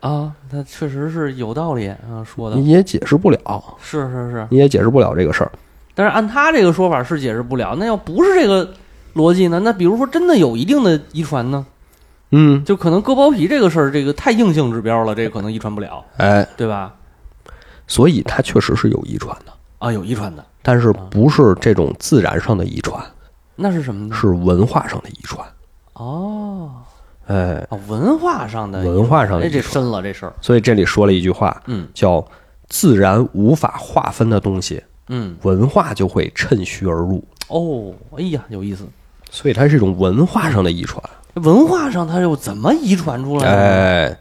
[SPEAKER 2] 啊，那确实是有道理啊，说的
[SPEAKER 1] 你也解释不了，
[SPEAKER 2] 是是是，
[SPEAKER 1] 你也解释不了这个事儿。
[SPEAKER 2] 但是按他这个说法是解释不了。那要不是这个逻辑呢？那比如说真的有一定的遗传呢，
[SPEAKER 1] 嗯，
[SPEAKER 2] 就可能割包皮这个事儿，这个太硬性指标了，这个可能遗传不了，
[SPEAKER 1] 哎，
[SPEAKER 2] 对吧？
[SPEAKER 1] 所以它确实是有遗传的，
[SPEAKER 2] 啊，有遗传的，
[SPEAKER 1] 但是不是这种自然上的遗传，
[SPEAKER 2] 那是什么呢？
[SPEAKER 1] 是文化上的遗传。
[SPEAKER 2] 哦，
[SPEAKER 1] 哎，
[SPEAKER 2] 啊，文化上的遗传
[SPEAKER 1] 文化上的
[SPEAKER 2] 哎，
[SPEAKER 1] 遗传
[SPEAKER 2] 这深了这事儿，
[SPEAKER 1] 所以这里说了一句话，
[SPEAKER 2] 嗯
[SPEAKER 1] 叫“自然无法划分的东西，
[SPEAKER 2] 嗯，
[SPEAKER 1] 文化就会趁虚而入”。
[SPEAKER 2] 哦，哎呀，有意思。
[SPEAKER 1] 所以它是一种文化上的遗传。
[SPEAKER 2] 文化上它又怎么遗传出来的呢？
[SPEAKER 1] 哎，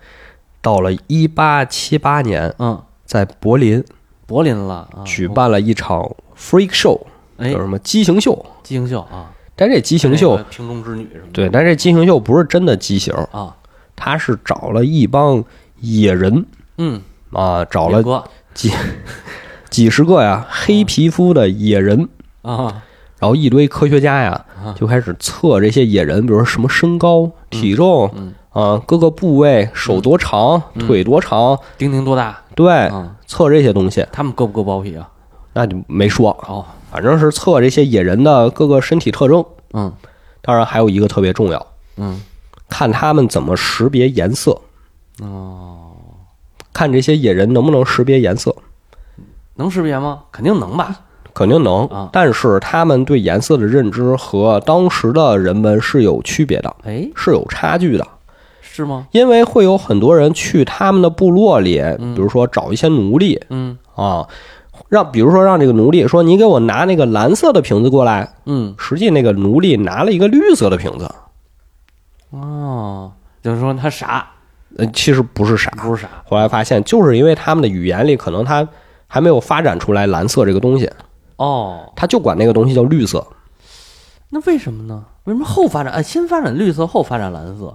[SPEAKER 1] 到了一八七八年，
[SPEAKER 2] 嗯，
[SPEAKER 1] 在柏林
[SPEAKER 2] 柏林了啊，
[SPEAKER 1] 举办了一场 freak show，
[SPEAKER 2] 哎
[SPEAKER 1] 叫，什么畸形秀。
[SPEAKER 2] 畸形秀啊，
[SPEAKER 1] 但这畸形秀
[SPEAKER 2] 那，个瓶中之女什么的，
[SPEAKER 1] 对，但这畸形秀不是真的畸形，
[SPEAKER 2] 啊，
[SPEAKER 1] 它是找了一帮野人
[SPEAKER 2] 嗯，
[SPEAKER 1] 啊，找
[SPEAKER 2] 野嗯
[SPEAKER 1] 了
[SPEAKER 2] 哥
[SPEAKER 1] 几 几十个呀黑皮肤的野人，
[SPEAKER 2] 啊，
[SPEAKER 1] 然后一堆科学家呀
[SPEAKER 2] 啊
[SPEAKER 1] 就开始测这些野人，比如说什么身高、体重
[SPEAKER 2] 嗯
[SPEAKER 1] 啊，各个部位手多长、腿多长，
[SPEAKER 2] 丁丁多大？
[SPEAKER 1] 对，
[SPEAKER 2] 啊，
[SPEAKER 1] 测这些东西，
[SPEAKER 2] 他们割不割包皮啊？
[SPEAKER 1] 那就没说，
[SPEAKER 2] 哦，
[SPEAKER 1] 反正是测这些野人的各个身体特征。
[SPEAKER 2] 嗯
[SPEAKER 1] 当然还有一个特别重要，
[SPEAKER 2] 嗯，
[SPEAKER 1] 看他们怎么识别颜色，
[SPEAKER 2] 哦，
[SPEAKER 1] 看这些野人能不能识别颜色。
[SPEAKER 2] 能识别吗？肯定能吧？
[SPEAKER 1] 肯定能
[SPEAKER 2] 啊，
[SPEAKER 1] 但是他们对颜色的认知和当时的人们是有区别的，
[SPEAKER 2] 哎，
[SPEAKER 1] 是有差距的。
[SPEAKER 2] 是吗？
[SPEAKER 1] 因为会有很多人去他们的部落里，比如说找一些奴隶
[SPEAKER 2] 嗯
[SPEAKER 1] 啊，让比如说让这个奴隶说你给我拿那个蓝色的瓶子过来，
[SPEAKER 2] 嗯，
[SPEAKER 1] 实际那个奴隶拿了一个绿色的瓶子，
[SPEAKER 2] 哦，就是说他傻，
[SPEAKER 1] 呃，其实不是傻。
[SPEAKER 2] 不是傻，
[SPEAKER 1] 后来发现，就是因为他们的语言里可能他还没有发展出来蓝色这个东西，
[SPEAKER 2] 哦，
[SPEAKER 1] 他就管那个东西叫绿色。
[SPEAKER 2] 那为什么呢？为什么后发展？哎，先发展绿色，后发展蓝色？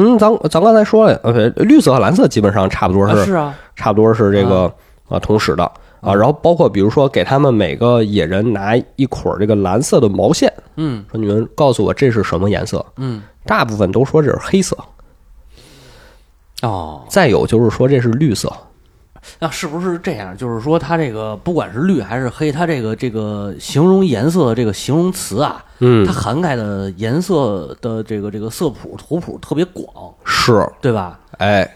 [SPEAKER 1] 嗯，咱咱刚才说了，呃，不绿色和蓝色基本上差不多
[SPEAKER 2] 啊是啊，
[SPEAKER 1] 差不多是这
[SPEAKER 2] 嗯
[SPEAKER 1] 个啊同时的啊，然后包括比如说给他们每个野人拿一捆儿这个蓝色的毛线，
[SPEAKER 2] 嗯
[SPEAKER 1] 说你们告诉我这是什么颜色，
[SPEAKER 2] 嗯，
[SPEAKER 1] 大部分都说这是黑色，
[SPEAKER 2] 哦，
[SPEAKER 1] 再有就是说这是绿色，
[SPEAKER 2] 那是不是这样？就是说，它这个不管是绿还是黑，它这个这个形容颜色的这个形容词啊，
[SPEAKER 1] 嗯
[SPEAKER 2] 它涵盖的颜色的这个这个色谱图谱特别广，
[SPEAKER 1] 是，
[SPEAKER 2] 对吧？
[SPEAKER 1] 哎，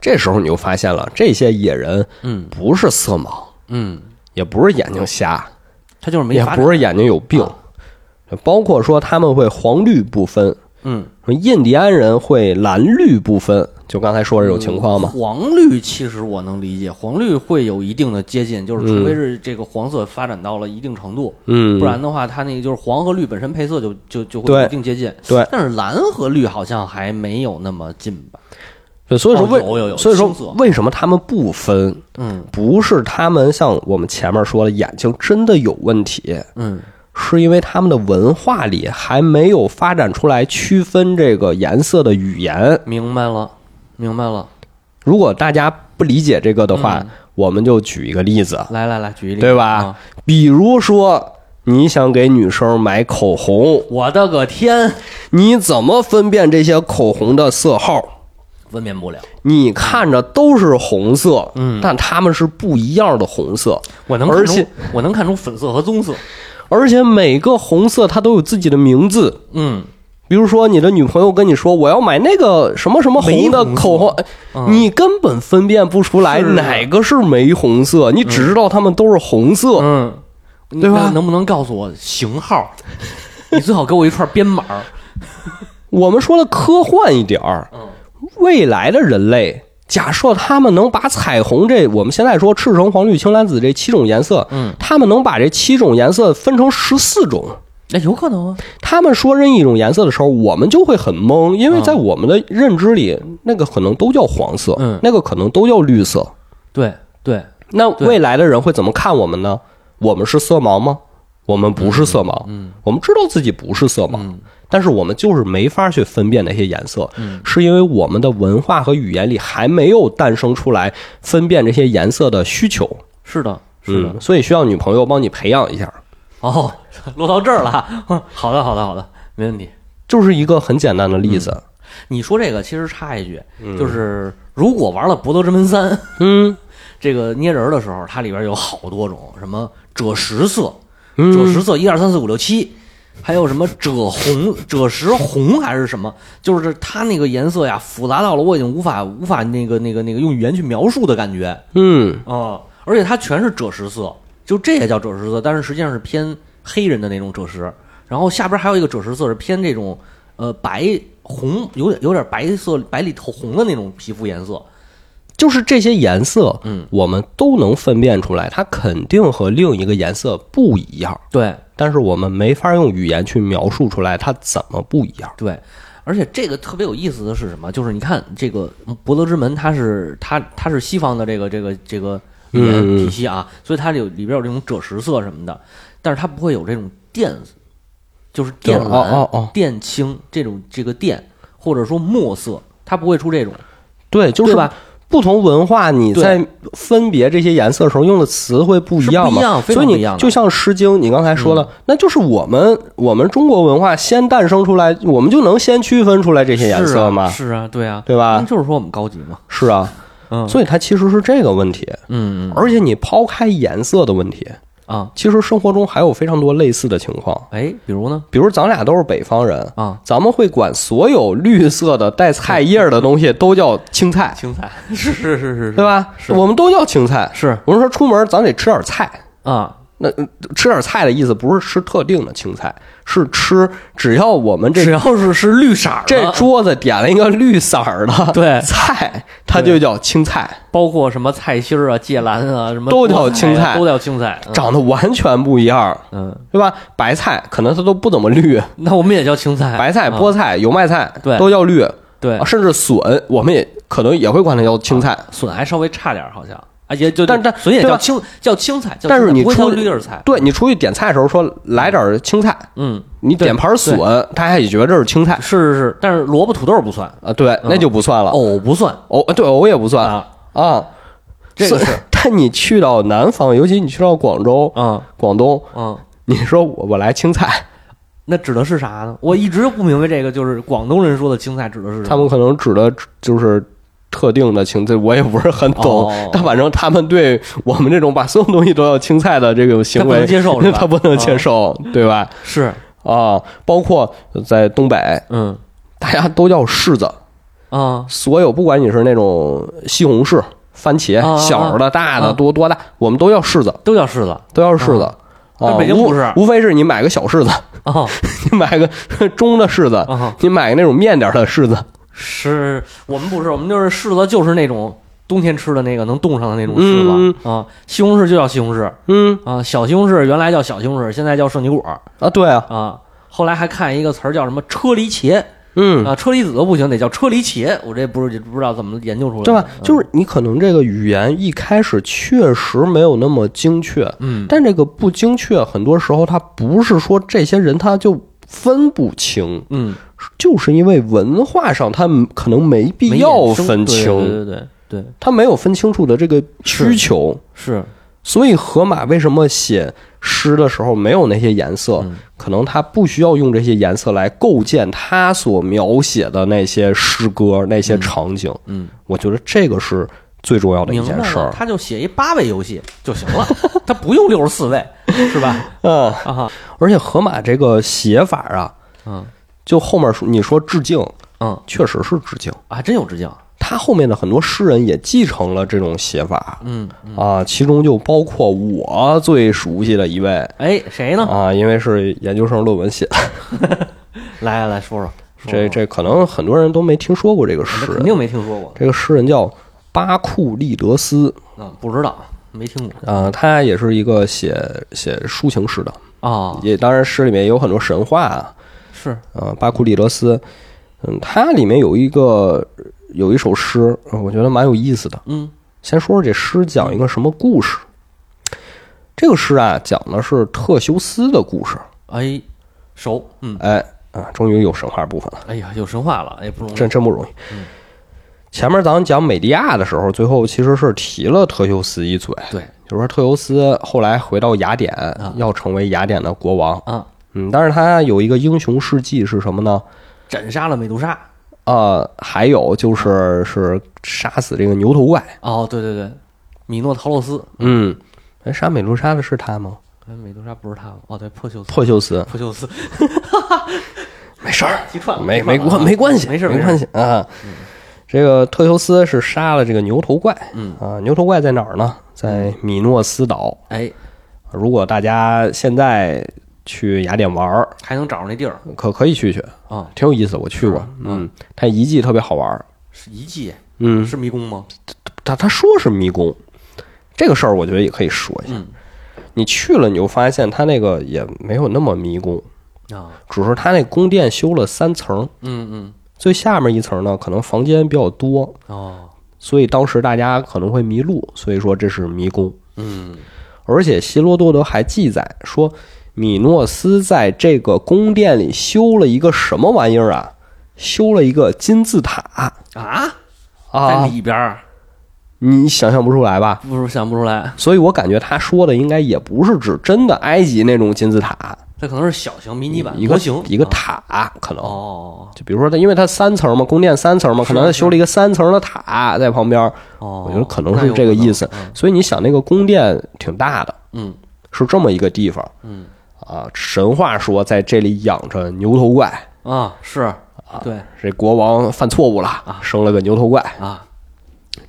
[SPEAKER 1] 这时候你就发现了这些野人
[SPEAKER 2] 嗯
[SPEAKER 1] 不是色盲，
[SPEAKER 2] 嗯，
[SPEAKER 1] 也不是眼睛瞎，
[SPEAKER 2] 他就是没
[SPEAKER 1] 也
[SPEAKER 2] 发展
[SPEAKER 1] 不是眼睛有
[SPEAKER 2] 啊
[SPEAKER 1] 病，包括说他们会黄绿不分，
[SPEAKER 2] 嗯，
[SPEAKER 1] 说印第安人会蓝绿不分，就刚才说这种情况嘛。
[SPEAKER 2] 黄绿其实我能理解，黄绿会有一定的接近，就是除非是这个黄色发展到了一定程度，
[SPEAKER 1] 嗯，
[SPEAKER 2] 不然的话，它那个就是黄和绿本身配色就就就会
[SPEAKER 1] 对
[SPEAKER 2] 有一定接近。
[SPEAKER 1] 对
[SPEAKER 2] 但是蓝和绿好像还没有那么近吧？
[SPEAKER 1] 对所以说
[SPEAKER 2] 哦有有
[SPEAKER 1] 为
[SPEAKER 2] 有
[SPEAKER 1] 所以
[SPEAKER 2] 青色
[SPEAKER 1] 说为什么他们不分？
[SPEAKER 2] 嗯
[SPEAKER 1] 不是他们像我们前面说的眼睛真的有问题，
[SPEAKER 2] 嗯
[SPEAKER 1] 是因为他们的文化里还没有发展出来区分这个颜色的语言。
[SPEAKER 2] 明白了，明白了。
[SPEAKER 1] 如果大家不理解这个的话，我们就举一个例子，
[SPEAKER 2] 来来来，举一例，
[SPEAKER 1] 对吧？
[SPEAKER 2] 嗯啊
[SPEAKER 1] 比如说。你想给女生买口红，
[SPEAKER 2] 我的个天，
[SPEAKER 1] 你怎么分辨这些口红的色号？
[SPEAKER 2] 分辨不了。
[SPEAKER 1] 你看着都是红色，嗯，但它们是不一样的红色，
[SPEAKER 2] 我能
[SPEAKER 1] 而
[SPEAKER 2] 看出
[SPEAKER 1] 且，
[SPEAKER 2] 我能看出粉色和棕色。
[SPEAKER 1] 而且每个红色它都有自己的名字。
[SPEAKER 2] 嗯，
[SPEAKER 1] 比如说，你的女朋友跟你说我要买那个什么什么红的口红，哎你根本分辨不出来
[SPEAKER 2] 是
[SPEAKER 1] 哪个是玫红色，你只知道它们都是红色。
[SPEAKER 2] 嗯，你
[SPEAKER 1] 对吧
[SPEAKER 2] 能能不能告诉我型 号？你最好给我一串编码儿。
[SPEAKER 1] 我们说的科幻一点儿
[SPEAKER 2] 嗯，
[SPEAKER 1] 未来的人类，假设他们能把彩虹这我们现在说赤橙黄绿青蓝紫这七种颜色，
[SPEAKER 2] 嗯，
[SPEAKER 1] 他们能把这七种颜色分成十四种。
[SPEAKER 2] 那有可能啊。
[SPEAKER 1] 他们说任意一种颜色的时候，我们就会很懵，因为在我们的认知里，那个可能都叫黄色，
[SPEAKER 2] 嗯
[SPEAKER 1] 那个可能都叫绿色。
[SPEAKER 2] 对对，
[SPEAKER 1] 那未来的人会怎么看我们呢？我们是色盲吗？我们不是色盲，嗯，我们知道自己不是色盲，但是我们就是没法去分辨那些颜色，嗯，是因为我们的文化和语言里还没有诞生出来分辨这些颜色的需求，
[SPEAKER 2] 是的，是的。
[SPEAKER 1] 嗯，所以需要女朋友帮你培养一下，
[SPEAKER 2] 哦，落到这儿了。 好的，好的，好的，没问题。
[SPEAKER 1] 就是一个很简单的例子，
[SPEAKER 2] 你说这个其实插一句，就是如果玩了《搏斗之门三》
[SPEAKER 1] 嗯，
[SPEAKER 2] 这个捏人儿的时候，它里边有好多种，什么赭石色，赭石色一二三四五六七，还有什么赭红、赭石红还是什么，就是它那个颜色呀复杂到了我已经无法无法那个那个那个用语言去描述的感觉啊、
[SPEAKER 1] 嗯，
[SPEAKER 2] 而且它全是赭石色，就这也叫赭石色，但是实际上是偏黑人的那种赭石。然后下边还有一个赭石色是偏这种呃白红，有点有点白色白里透红的那种皮肤颜色。
[SPEAKER 1] 就是这些颜色，
[SPEAKER 2] 嗯，
[SPEAKER 1] 我们都能分辨出来，它肯定和另一个颜色不一样，
[SPEAKER 2] 对，
[SPEAKER 1] 但是我们没法用语言去描述出来它怎么不一样。
[SPEAKER 2] 对，而且这个特别有意思的是什么？就是你看这个《博德之门》它，是它它是西方的这个这个这个语言
[SPEAKER 1] 嗯
[SPEAKER 2] 体系啊，所以它有里边有这种赭石色什么的，但是它不会有这种靛，就是靛
[SPEAKER 1] 就是
[SPEAKER 2] 蓝、
[SPEAKER 1] 哦哦哦
[SPEAKER 2] 靛青这种这个靛，或者说墨色，它不会出这种。
[SPEAKER 1] 对，就是
[SPEAKER 2] 对吧？
[SPEAKER 1] 不同文化你
[SPEAKER 2] 对
[SPEAKER 1] 在分别这些颜色的时候用的词汇不一样
[SPEAKER 2] 是不
[SPEAKER 1] 嘛，
[SPEAKER 2] 一样非
[SPEAKER 1] 所
[SPEAKER 2] 常
[SPEAKER 1] 以
[SPEAKER 2] 不一
[SPEAKER 1] 你
[SPEAKER 2] 样的嗯
[SPEAKER 1] 就像《诗经》，你刚才说的，那就是我们我们中国文化先诞生出来，我们就能先区分出来这些颜色嘛，
[SPEAKER 2] 是啊，是啊对啊，
[SPEAKER 1] 对吧
[SPEAKER 2] 那就是说我们高级嘛。
[SPEAKER 1] 是啊，
[SPEAKER 2] 嗯
[SPEAKER 1] 所以它其实是这个问题。
[SPEAKER 2] 嗯
[SPEAKER 1] 而且你抛开颜色的问题，
[SPEAKER 2] 啊，
[SPEAKER 1] 其实生活中还有非常多类似的情况，
[SPEAKER 2] 哎，比如呢
[SPEAKER 1] 比如咱俩都是北方人。
[SPEAKER 2] 啊，
[SPEAKER 1] 咱们会管所有绿色的带菜叶儿的东西都叫青菜，
[SPEAKER 2] 青菜 是是是是
[SPEAKER 1] 对吧？
[SPEAKER 2] 是
[SPEAKER 1] 我们都叫青菜，
[SPEAKER 2] 是
[SPEAKER 1] 我们说出门咱得吃点菜，
[SPEAKER 2] 啊，
[SPEAKER 1] 那嗯吃点菜的意思不是吃特定的青菜，是吃只要我们
[SPEAKER 2] 只
[SPEAKER 1] 这
[SPEAKER 2] 要是是绿色儿的
[SPEAKER 1] 这桌子点了一个绿色儿的
[SPEAKER 2] 对
[SPEAKER 1] 菜，它就叫青菜，
[SPEAKER 2] 包括什么菜心儿啊、芥蓝啊，什么
[SPEAKER 1] 都叫
[SPEAKER 2] 菠
[SPEAKER 1] 青
[SPEAKER 2] 啊
[SPEAKER 1] 菜
[SPEAKER 2] 都叫青菜。
[SPEAKER 1] 长得完全不一样，
[SPEAKER 2] 嗯，嗯
[SPEAKER 1] 对吧？白菜可能它都不怎么绿，
[SPEAKER 2] 那我们也叫青菜，
[SPEAKER 1] 白菜、
[SPEAKER 2] 哎啊
[SPEAKER 1] 菠菜、油麦菜
[SPEAKER 2] 对
[SPEAKER 1] 都叫绿，
[SPEAKER 2] 对啊
[SPEAKER 1] 啊，甚至笋我们也可能也会管它叫青菜。
[SPEAKER 2] 笋还稍微差点儿，好像啊，也就
[SPEAKER 1] 但但
[SPEAKER 2] 笋也
[SPEAKER 1] 对
[SPEAKER 2] 叫
[SPEAKER 1] 吧
[SPEAKER 2] 青叫青菜，叫
[SPEAKER 1] 但是
[SPEAKER 2] 青菜
[SPEAKER 1] 你
[SPEAKER 2] 不会叫
[SPEAKER 1] 出去
[SPEAKER 2] 绿叶儿菜。
[SPEAKER 1] 对你出去点菜的时候说来点儿青菜，
[SPEAKER 2] 嗯，
[SPEAKER 1] 你点盘笋，他还也觉得这是青菜
[SPEAKER 2] 是是是，但是萝卜土豆不算，
[SPEAKER 1] 啊，对，那就不算了。
[SPEAKER 2] 藕不算
[SPEAKER 1] 藕对藕也不算
[SPEAKER 2] 哦啊
[SPEAKER 1] 啊，
[SPEAKER 2] 这个是
[SPEAKER 1] 所以。但你去到南方，尤其你去到广州、
[SPEAKER 2] 啊
[SPEAKER 1] 广东，
[SPEAKER 2] 嗯，
[SPEAKER 1] 你说我我来青菜，
[SPEAKER 2] 那指的是啥呢？我一直不明白这个，就是广东人说的青菜指的是什
[SPEAKER 1] 他
[SPEAKER 2] 么？
[SPEAKER 1] 们可能指的就是特定的青菜，我也不是很懂。
[SPEAKER 2] 哦
[SPEAKER 1] 但反正他们对我们这种把所有东西都要青菜的这个行
[SPEAKER 2] 他不
[SPEAKER 1] 为，
[SPEAKER 2] 能接受是 吧啊
[SPEAKER 1] 他不能接受，对吧？
[SPEAKER 2] 是
[SPEAKER 1] 啊，包括在东北，
[SPEAKER 2] 嗯
[SPEAKER 1] 大家都叫柿子，
[SPEAKER 2] 啊
[SPEAKER 1] 所有不管你是那种西红柿、番茄
[SPEAKER 2] 啊啊啊，
[SPEAKER 1] 小的、大的、
[SPEAKER 2] 啊
[SPEAKER 1] 多多大，我们都要柿子，
[SPEAKER 2] 都叫柿子
[SPEAKER 1] 都要柿子。
[SPEAKER 2] 但
[SPEAKER 1] 啊，
[SPEAKER 2] 哦北京
[SPEAKER 1] 无
[SPEAKER 2] 不是
[SPEAKER 1] 无非是你买个小柿子，
[SPEAKER 2] 啊
[SPEAKER 1] 你买个 中的柿子，
[SPEAKER 2] 啊！
[SPEAKER 1] 你买个那种面点儿的柿子，
[SPEAKER 2] 是我们不是，我们就是柿子，就是那种冬天吃的那个能冻上的那种柿
[SPEAKER 1] 嗯
[SPEAKER 2] 子、啊。西红柿就叫西红柿
[SPEAKER 1] 嗯
[SPEAKER 2] 啊，小西红柿原来叫小西红柿，现在叫圣女果
[SPEAKER 1] 啊，对啊，
[SPEAKER 2] 啊。后来还看一个词儿叫什么车厘茄
[SPEAKER 1] 嗯，
[SPEAKER 2] 啊，车厘子都不行，得叫车厘茄。我这不是不知道怎么研究出来的，
[SPEAKER 1] 对吧？
[SPEAKER 2] 嗯
[SPEAKER 1] 就是你可能这个语言一开始确实没有那么精确，
[SPEAKER 2] 嗯，
[SPEAKER 1] 但这个不精确，很多时候他不是说这些人他就分不清，
[SPEAKER 2] 嗯，
[SPEAKER 1] 就是因为文化上他们可能没必
[SPEAKER 2] 没
[SPEAKER 1] 要
[SPEAKER 2] 衍生
[SPEAKER 1] 分
[SPEAKER 2] 对
[SPEAKER 1] 清，
[SPEAKER 2] 对对对对，
[SPEAKER 1] 他没有分清楚的这个需
[SPEAKER 2] 是
[SPEAKER 1] 求，
[SPEAKER 2] 是
[SPEAKER 1] 所以河马为什么写诗的时候没有那些颜色？
[SPEAKER 2] 嗯
[SPEAKER 1] 可能他不需要用这些颜色来构建他所描写的那些诗歌、那些场景。
[SPEAKER 2] 嗯。
[SPEAKER 1] 我觉得这个是最重要的一
[SPEAKER 2] 明白
[SPEAKER 1] 件事
[SPEAKER 2] 了，
[SPEAKER 1] 儿。
[SPEAKER 2] 他就写一八位游戏就行了， 他不用六十四位，是吧？
[SPEAKER 1] 嗯，
[SPEAKER 2] 啊哈，
[SPEAKER 1] 而且河马这个写法啊，
[SPEAKER 2] 嗯
[SPEAKER 1] 就后面说你说致敬，
[SPEAKER 2] 嗯，
[SPEAKER 1] 确实是致敬。
[SPEAKER 2] 还真有啊致敬，
[SPEAKER 1] 他后面的很多诗人也继承了这种写法
[SPEAKER 2] 嗯，
[SPEAKER 1] 啊，其中就包括我最熟悉的一位
[SPEAKER 2] 哎，谁呢？
[SPEAKER 1] 啊，因为是研究生论文写的。
[SPEAKER 2] 哦 来来说说，说
[SPEAKER 1] 这
[SPEAKER 2] 说
[SPEAKER 1] 这可能很多人都没听说过这个诗
[SPEAKER 2] 这肯
[SPEAKER 1] 人，
[SPEAKER 2] 定没听说过，
[SPEAKER 1] 这个诗人叫巴库利德斯，
[SPEAKER 2] 嗯，不知道，没听过
[SPEAKER 1] 啊、他也是一个写写抒情诗的，
[SPEAKER 2] 啊，
[SPEAKER 1] 也当然诗里面也有很多神话啊，
[SPEAKER 2] 是
[SPEAKER 1] 呃巴库利德斯，嗯，他里面有一个有一首诗，呃我觉得蛮有意思的。
[SPEAKER 2] 嗯
[SPEAKER 1] 先说说这诗讲一个什么故事，这个诗啊讲的是特修斯的故事，
[SPEAKER 2] 哎熟，嗯，
[SPEAKER 1] 哎啊，终于有神话部分了。
[SPEAKER 2] 哎呀，有神话了，也不容易
[SPEAKER 1] 真真不容易。
[SPEAKER 2] 嗯
[SPEAKER 1] 嗯前面咱们讲美迪亚的时候，最后其实是提了特修斯一嘴，
[SPEAKER 2] 对
[SPEAKER 1] 就是说特修斯后来回到雅典，要成为雅典的国王。
[SPEAKER 2] 啊，
[SPEAKER 1] 嗯，但是他有一个英雄事迹是什么呢？
[SPEAKER 2] 斩杀了美杜莎，
[SPEAKER 1] 呃，还有就是是杀死这个牛头怪。
[SPEAKER 2] 哦，对对对，米诺陶洛斯，
[SPEAKER 1] 嗯，哎，杀美杜莎的是他吗？
[SPEAKER 2] 哎，美杜莎不是他吧？哦，对，珀修斯，
[SPEAKER 1] 珀修斯，
[SPEAKER 2] 珀修斯，
[SPEAKER 1] 没事儿，
[SPEAKER 2] 提串了，
[SPEAKER 1] 没
[SPEAKER 2] 提串
[SPEAKER 1] 没
[SPEAKER 2] 了
[SPEAKER 1] 关
[SPEAKER 2] 啊
[SPEAKER 1] 没关系，
[SPEAKER 2] 没事儿
[SPEAKER 1] 没
[SPEAKER 2] 事儿
[SPEAKER 1] 关系啊。这个特修斯是杀了这个牛头怪，
[SPEAKER 2] 嗯
[SPEAKER 1] 啊，牛头怪在哪儿呢？在米诺斯岛。
[SPEAKER 2] 哎，
[SPEAKER 1] 如果大家现在去雅典玩儿，
[SPEAKER 2] 还能找着那地儿
[SPEAKER 1] 可可以去去，
[SPEAKER 2] 啊，
[SPEAKER 1] 挺有意思的，我去过
[SPEAKER 2] 是。
[SPEAKER 1] 嗯，它遗迹特别好玩儿。
[SPEAKER 2] 是遗迹，
[SPEAKER 1] 嗯，
[SPEAKER 2] 是迷宫吗？
[SPEAKER 1] 他他说是迷宫，这个事儿我觉得也可以说一下。
[SPEAKER 2] 嗯
[SPEAKER 1] 你去了，你就发现它那个也没有那么迷宫，
[SPEAKER 2] 啊，
[SPEAKER 1] 只是它那宫殿修了三层，
[SPEAKER 2] 嗯嗯，
[SPEAKER 1] 最下面一层呢可能房间比较多，
[SPEAKER 2] 哦，
[SPEAKER 1] 所以当时大家可能会迷路，所以说这是迷宫。
[SPEAKER 2] 嗯
[SPEAKER 1] 而且希罗多德还记载说，米诺斯在这个宫殿里修了一个什么玩意儿啊？修了一个金字塔
[SPEAKER 2] 啊，在
[SPEAKER 1] 啊！
[SPEAKER 2] 里边儿，
[SPEAKER 1] 你想象不出来吧？
[SPEAKER 2] 不是想不出来，
[SPEAKER 1] 所以我感觉他说的应该也不是指真的埃及那种金字塔，
[SPEAKER 2] 它可能是小型迷你版
[SPEAKER 1] 一
[SPEAKER 2] 模
[SPEAKER 1] 个
[SPEAKER 2] 型
[SPEAKER 1] 一个
[SPEAKER 2] 啊
[SPEAKER 1] 塔可能。
[SPEAKER 2] 哦
[SPEAKER 1] 就比如说它，因为它三层嘛，宫殿三层嘛，
[SPEAKER 2] 是啊
[SPEAKER 1] 可能他
[SPEAKER 2] 是
[SPEAKER 1] 修了一个三层的塔在旁边，
[SPEAKER 2] 哦，
[SPEAKER 1] 我觉得可能
[SPEAKER 2] 那
[SPEAKER 1] 是
[SPEAKER 2] 有
[SPEAKER 1] 这个
[SPEAKER 2] 可能
[SPEAKER 1] 意思。
[SPEAKER 2] 嗯
[SPEAKER 1] 所以你想，那个宫殿挺大的，
[SPEAKER 2] 嗯
[SPEAKER 1] 是这么一个地方
[SPEAKER 2] 嗯
[SPEAKER 1] 啊。神话说在这里养着牛头怪，
[SPEAKER 2] 啊是，对
[SPEAKER 1] 这国王犯错误了，生了个牛头怪，
[SPEAKER 2] 啊，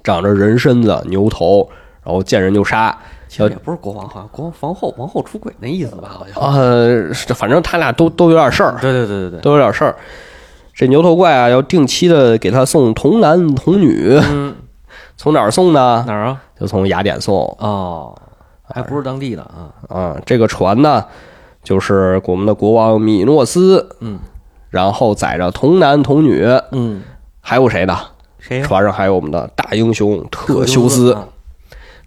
[SPEAKER 1] 长着人身子、牛头，然后见人就杀。
[SPEAKER 2] 其
[SPEAKER 1] 要
[SPEAKER 2] 实也不是国王，好像国王皇后王后出轨那意思吧， 好像。
[SPEAKER 1] 呃，是反正他俩都都有点事儿，
[SPEAKER 2] 对对对对对，
[SPEAKER 1] 都有点事儿。这牛头怪啊，要定期的给他送童男童女，
[SPEAKER 2] 嗯，
[SPEAKER 1] 从哪儿送呢？
[SPEAKER 2] 哪儿啊？
[SPEAKER 1] 就从雅典送
[SPEAKER 2] 哦，还不是当地的啊，
[SPEAKER 1] 啊。这个船呢，就是我们的国王米诺斯，
[SPEAKER 2] 嗯
[SPEAKER 1] 然后载着童男童女，
[SPEAKER 2] 嗯，
[SPEAKER 1] 还有谁呢？
[SPEAKER 2] 谁呀？
[SPEAKER 1] 船上还有我们的大英雄特修
[SPEAKER 2] 哎修
[SPEAKER 1] 斯。
[SPEAKER 2] 啊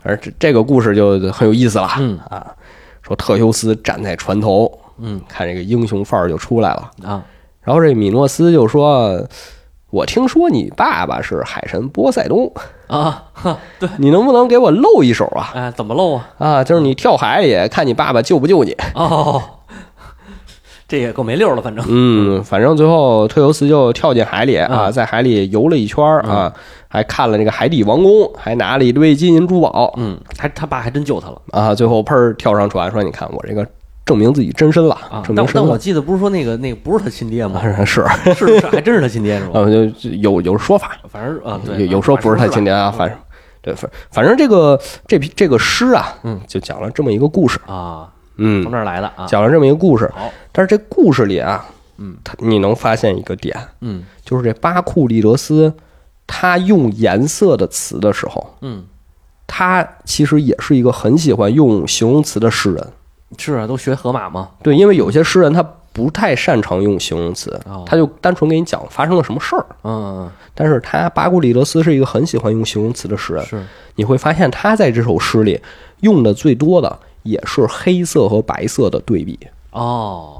[SPEAKER 1] 而这这个故事就很有意思了。
[SPEAKER 2] 嗯
[SPEAKER 1] 啊，说特修斯站在船头，
[SPEAKER 2] 嗯
[SPEAKER 1] 看这个英雄范儿就出来了。
[SPEAKER 2] 啊，
[SPEAKER 1] 然后这米诺斯就说：“我听说你爸爸是海神波塞冬，
[SPEAKER 2] 啊，哈，对，
[SPEAKER 1] 你能不能给我露一手啊？
[SPEAKER 2] 哎，怎么漏啊？
[SPEAKER 1] 啊，就是你跳海里，看你爸爸救不救你。
[SPEAKER 2] 哦，这也够没溜儿了，反正，
[SPEAKER 1] 嗯，反正最后特修斯就跳进海里
[SPEAKER 2] 嗯
[SPEAKER 1] 啊，在海里游了一圈儿啊，还看了那个海底王宫，还拿了一堆金银珠宝
[SPEAKER 2] 嗯，还他爸还真救他了
[SPEAKER 1] 啊。最后砰儿跳上船，说：你看我这个证明自己真身了
[SPEAKER 2] 啊！
[SPEAKER 1] 证
[SPEAKER 2] 但
[SPEAKER 1] 明身
[SPEAKER 2] 但
[SPEAKER 1] 份
[SPEAKER 2] 我记得不是说那个那个不是他亲爹吗？
[SPEAKER 1] 啊，是，
[SPEAKER 2] 是不是？还真是他亲爹是吗？
[SPEAKER 1] 呃，就有有说法，
[SPEAKER 2] 反正啊，
[SPEAKER 1] 有
[SPEAKER 2] 对，
[SPEAKER 1] 有说不是他亲
[SPEAKER 2] 爹，
[SPEAKER 1] 爹啊，反正对，反反正这个这批这个诗啊，嗯，就讲了这么一个故事，
[SPEAKER 2] 啊，
[SPEAKER 1] 嗯
[SPEAKER 2] 从，这儿来的啊。
[SPEAKER 1] 讲了这么一个故事
[SPEAKER 2] 好。
[SPEAKER 1] 但是这故事里啊，
[SPEAKER 2] 嗯，
[SPEAKER 1] 它你能发现一个点，
[SPEAKER 2] 嗯
[SPEAKER 1] 就是这巴库利德斯他用颜色的词的时候，
[SPEAKER 2] 嗯，
[SPEAKER 1] 他其实也是一个很喜欢用形容词的诗人。
[SPEAKER 2] 是啊，都学河马嘛。
[SPEAKER 1] 对，因为有些诗人他不太擅长用形容词
[SPEAKER 2] 哦，
[SPEAKER 1] 他就单纯给你讲发生了什么事儿。
[SPEAKER 2] 嗯，
[SPEAKER 1] 但是他巴库里德斯是一个很喜欢用形容词的诗人
[SPEAKER 2] 嗯，是
[SPEAKER 1] 你会发现他在这首诗里用的最多的也是黑色和白色的对比，
[SPEAKER 2] 哦，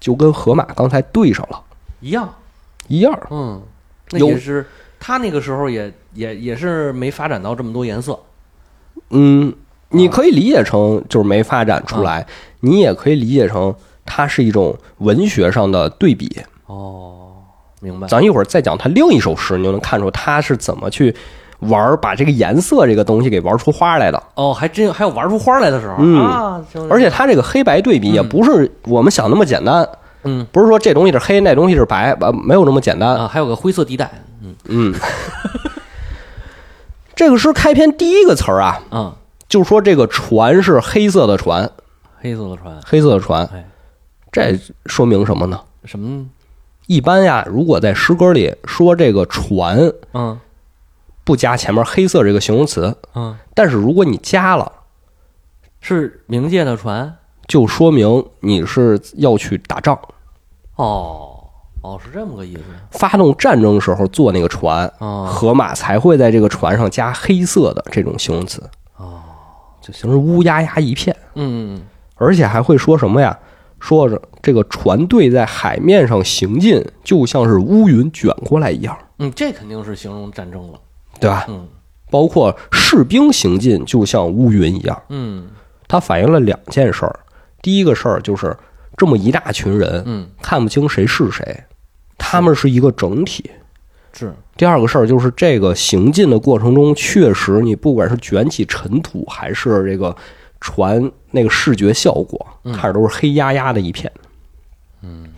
[SPEAKER 1] 就跟河马刚才对上了
[SPEAKER 2] 一样。
[SPEAKER 1] 一样。
[SPEAKER 2] 嗯，那
[SPEAKER 1] 有
[SPEAKER 2] 也是他那个时候也也也是没发展到这么多颜色。
[SPEAKER 1] 嗯，
[SPEAKER 2] 啊
[SPEAKER 1] 你可以理解成就是没发展出来，你也可以理解成它是一种文学上的对比。
[SPEAKER 2] 哦，明白。
[SPEAKER 1] 咱一会儿再讲他另一首诗，你就能看出他是怎么去玩儿，把这个颜色这个东西给玩出花来的。
[SPEAKER 2] 哦，还真还有玩出花来的时候、
[SPEAKER 1] 嗯
[SPEAKER 2] 啊！行
[SPEAKER 1] 而且他这个黑白对比也不是我们想那么简单，
[SPEAKER 2] 嗯
[SPEAKER 1] 不是说这东西是黑，那东西是白，呃，没有那么简单。
[SPEAKER 2] 啊，还有个灰色地带。嗯
[SPEAKER 1] 嗯，这个诗开篇第一个词儿啊，
[SPEAKER 2] 啊，
[SPEAKER 1] 就说这个船是黑色的船，
[SPEAKER 2] 黑色的船。
[SPEAKER 1] 黑色的船
[SPEAKER 2] 哎，
[SPEAKER 1] 这说明什么呢？
[SPEAKER 2] 什么？
[SPEAKER 1] 一般呀，如果在诗歌里说这个船
[SPEAKER 2] 嗯
[SPEAKER 1] 不加前面黑色这个形容词，
[SPEAKER 2] 嗯，
[SPEAKER 1] 但是如果你加了，
[SPEAKER 2] 是冥界的船。
[SPEAKER 1] 就说明你是要去打仗，
[SPEAKER 2] 哦哦，是这么个意思。
[SPEAKER 1] 发动战争时候坐那个船，
[SPEAKER 2] 哦
[SPEAKER 1] 河马才会在这个船上加黑色的这种形容词，
[SPEAKER 2] 哦，
[SPEAKER 1] 就形容乌压压一片，
[SPEAKER 2] 嗯
[SPEAKER 1] 而且还会说什么呀？说着这个船队在海面上行进，就像是乌云卷过来一样，
[SPEAKER 2] 嗯，这肯定是形容战争了。
[SPEAKER 1] 对吧？
[SPEAKER 2] 嗯
[SPEAKER 1] 包括士兵行进，就像乌云一样。
[SPEAKER 2] 嗯
[SPEAKER 1] 它反映了两件事儿，第一个事儿就是这么一大群人
[SPEAKER 2] 嗯，
[SPEAKER 1] 看不清谁是谁，他们是一个整体。
[SPEAKER 2] 是
[SPEAKER 1] 第二个事儿就是这个行进的过程中，确实你不管是卷起尘土，还是这个船那个视觉效果，看着都是黑压压的一片。嗯，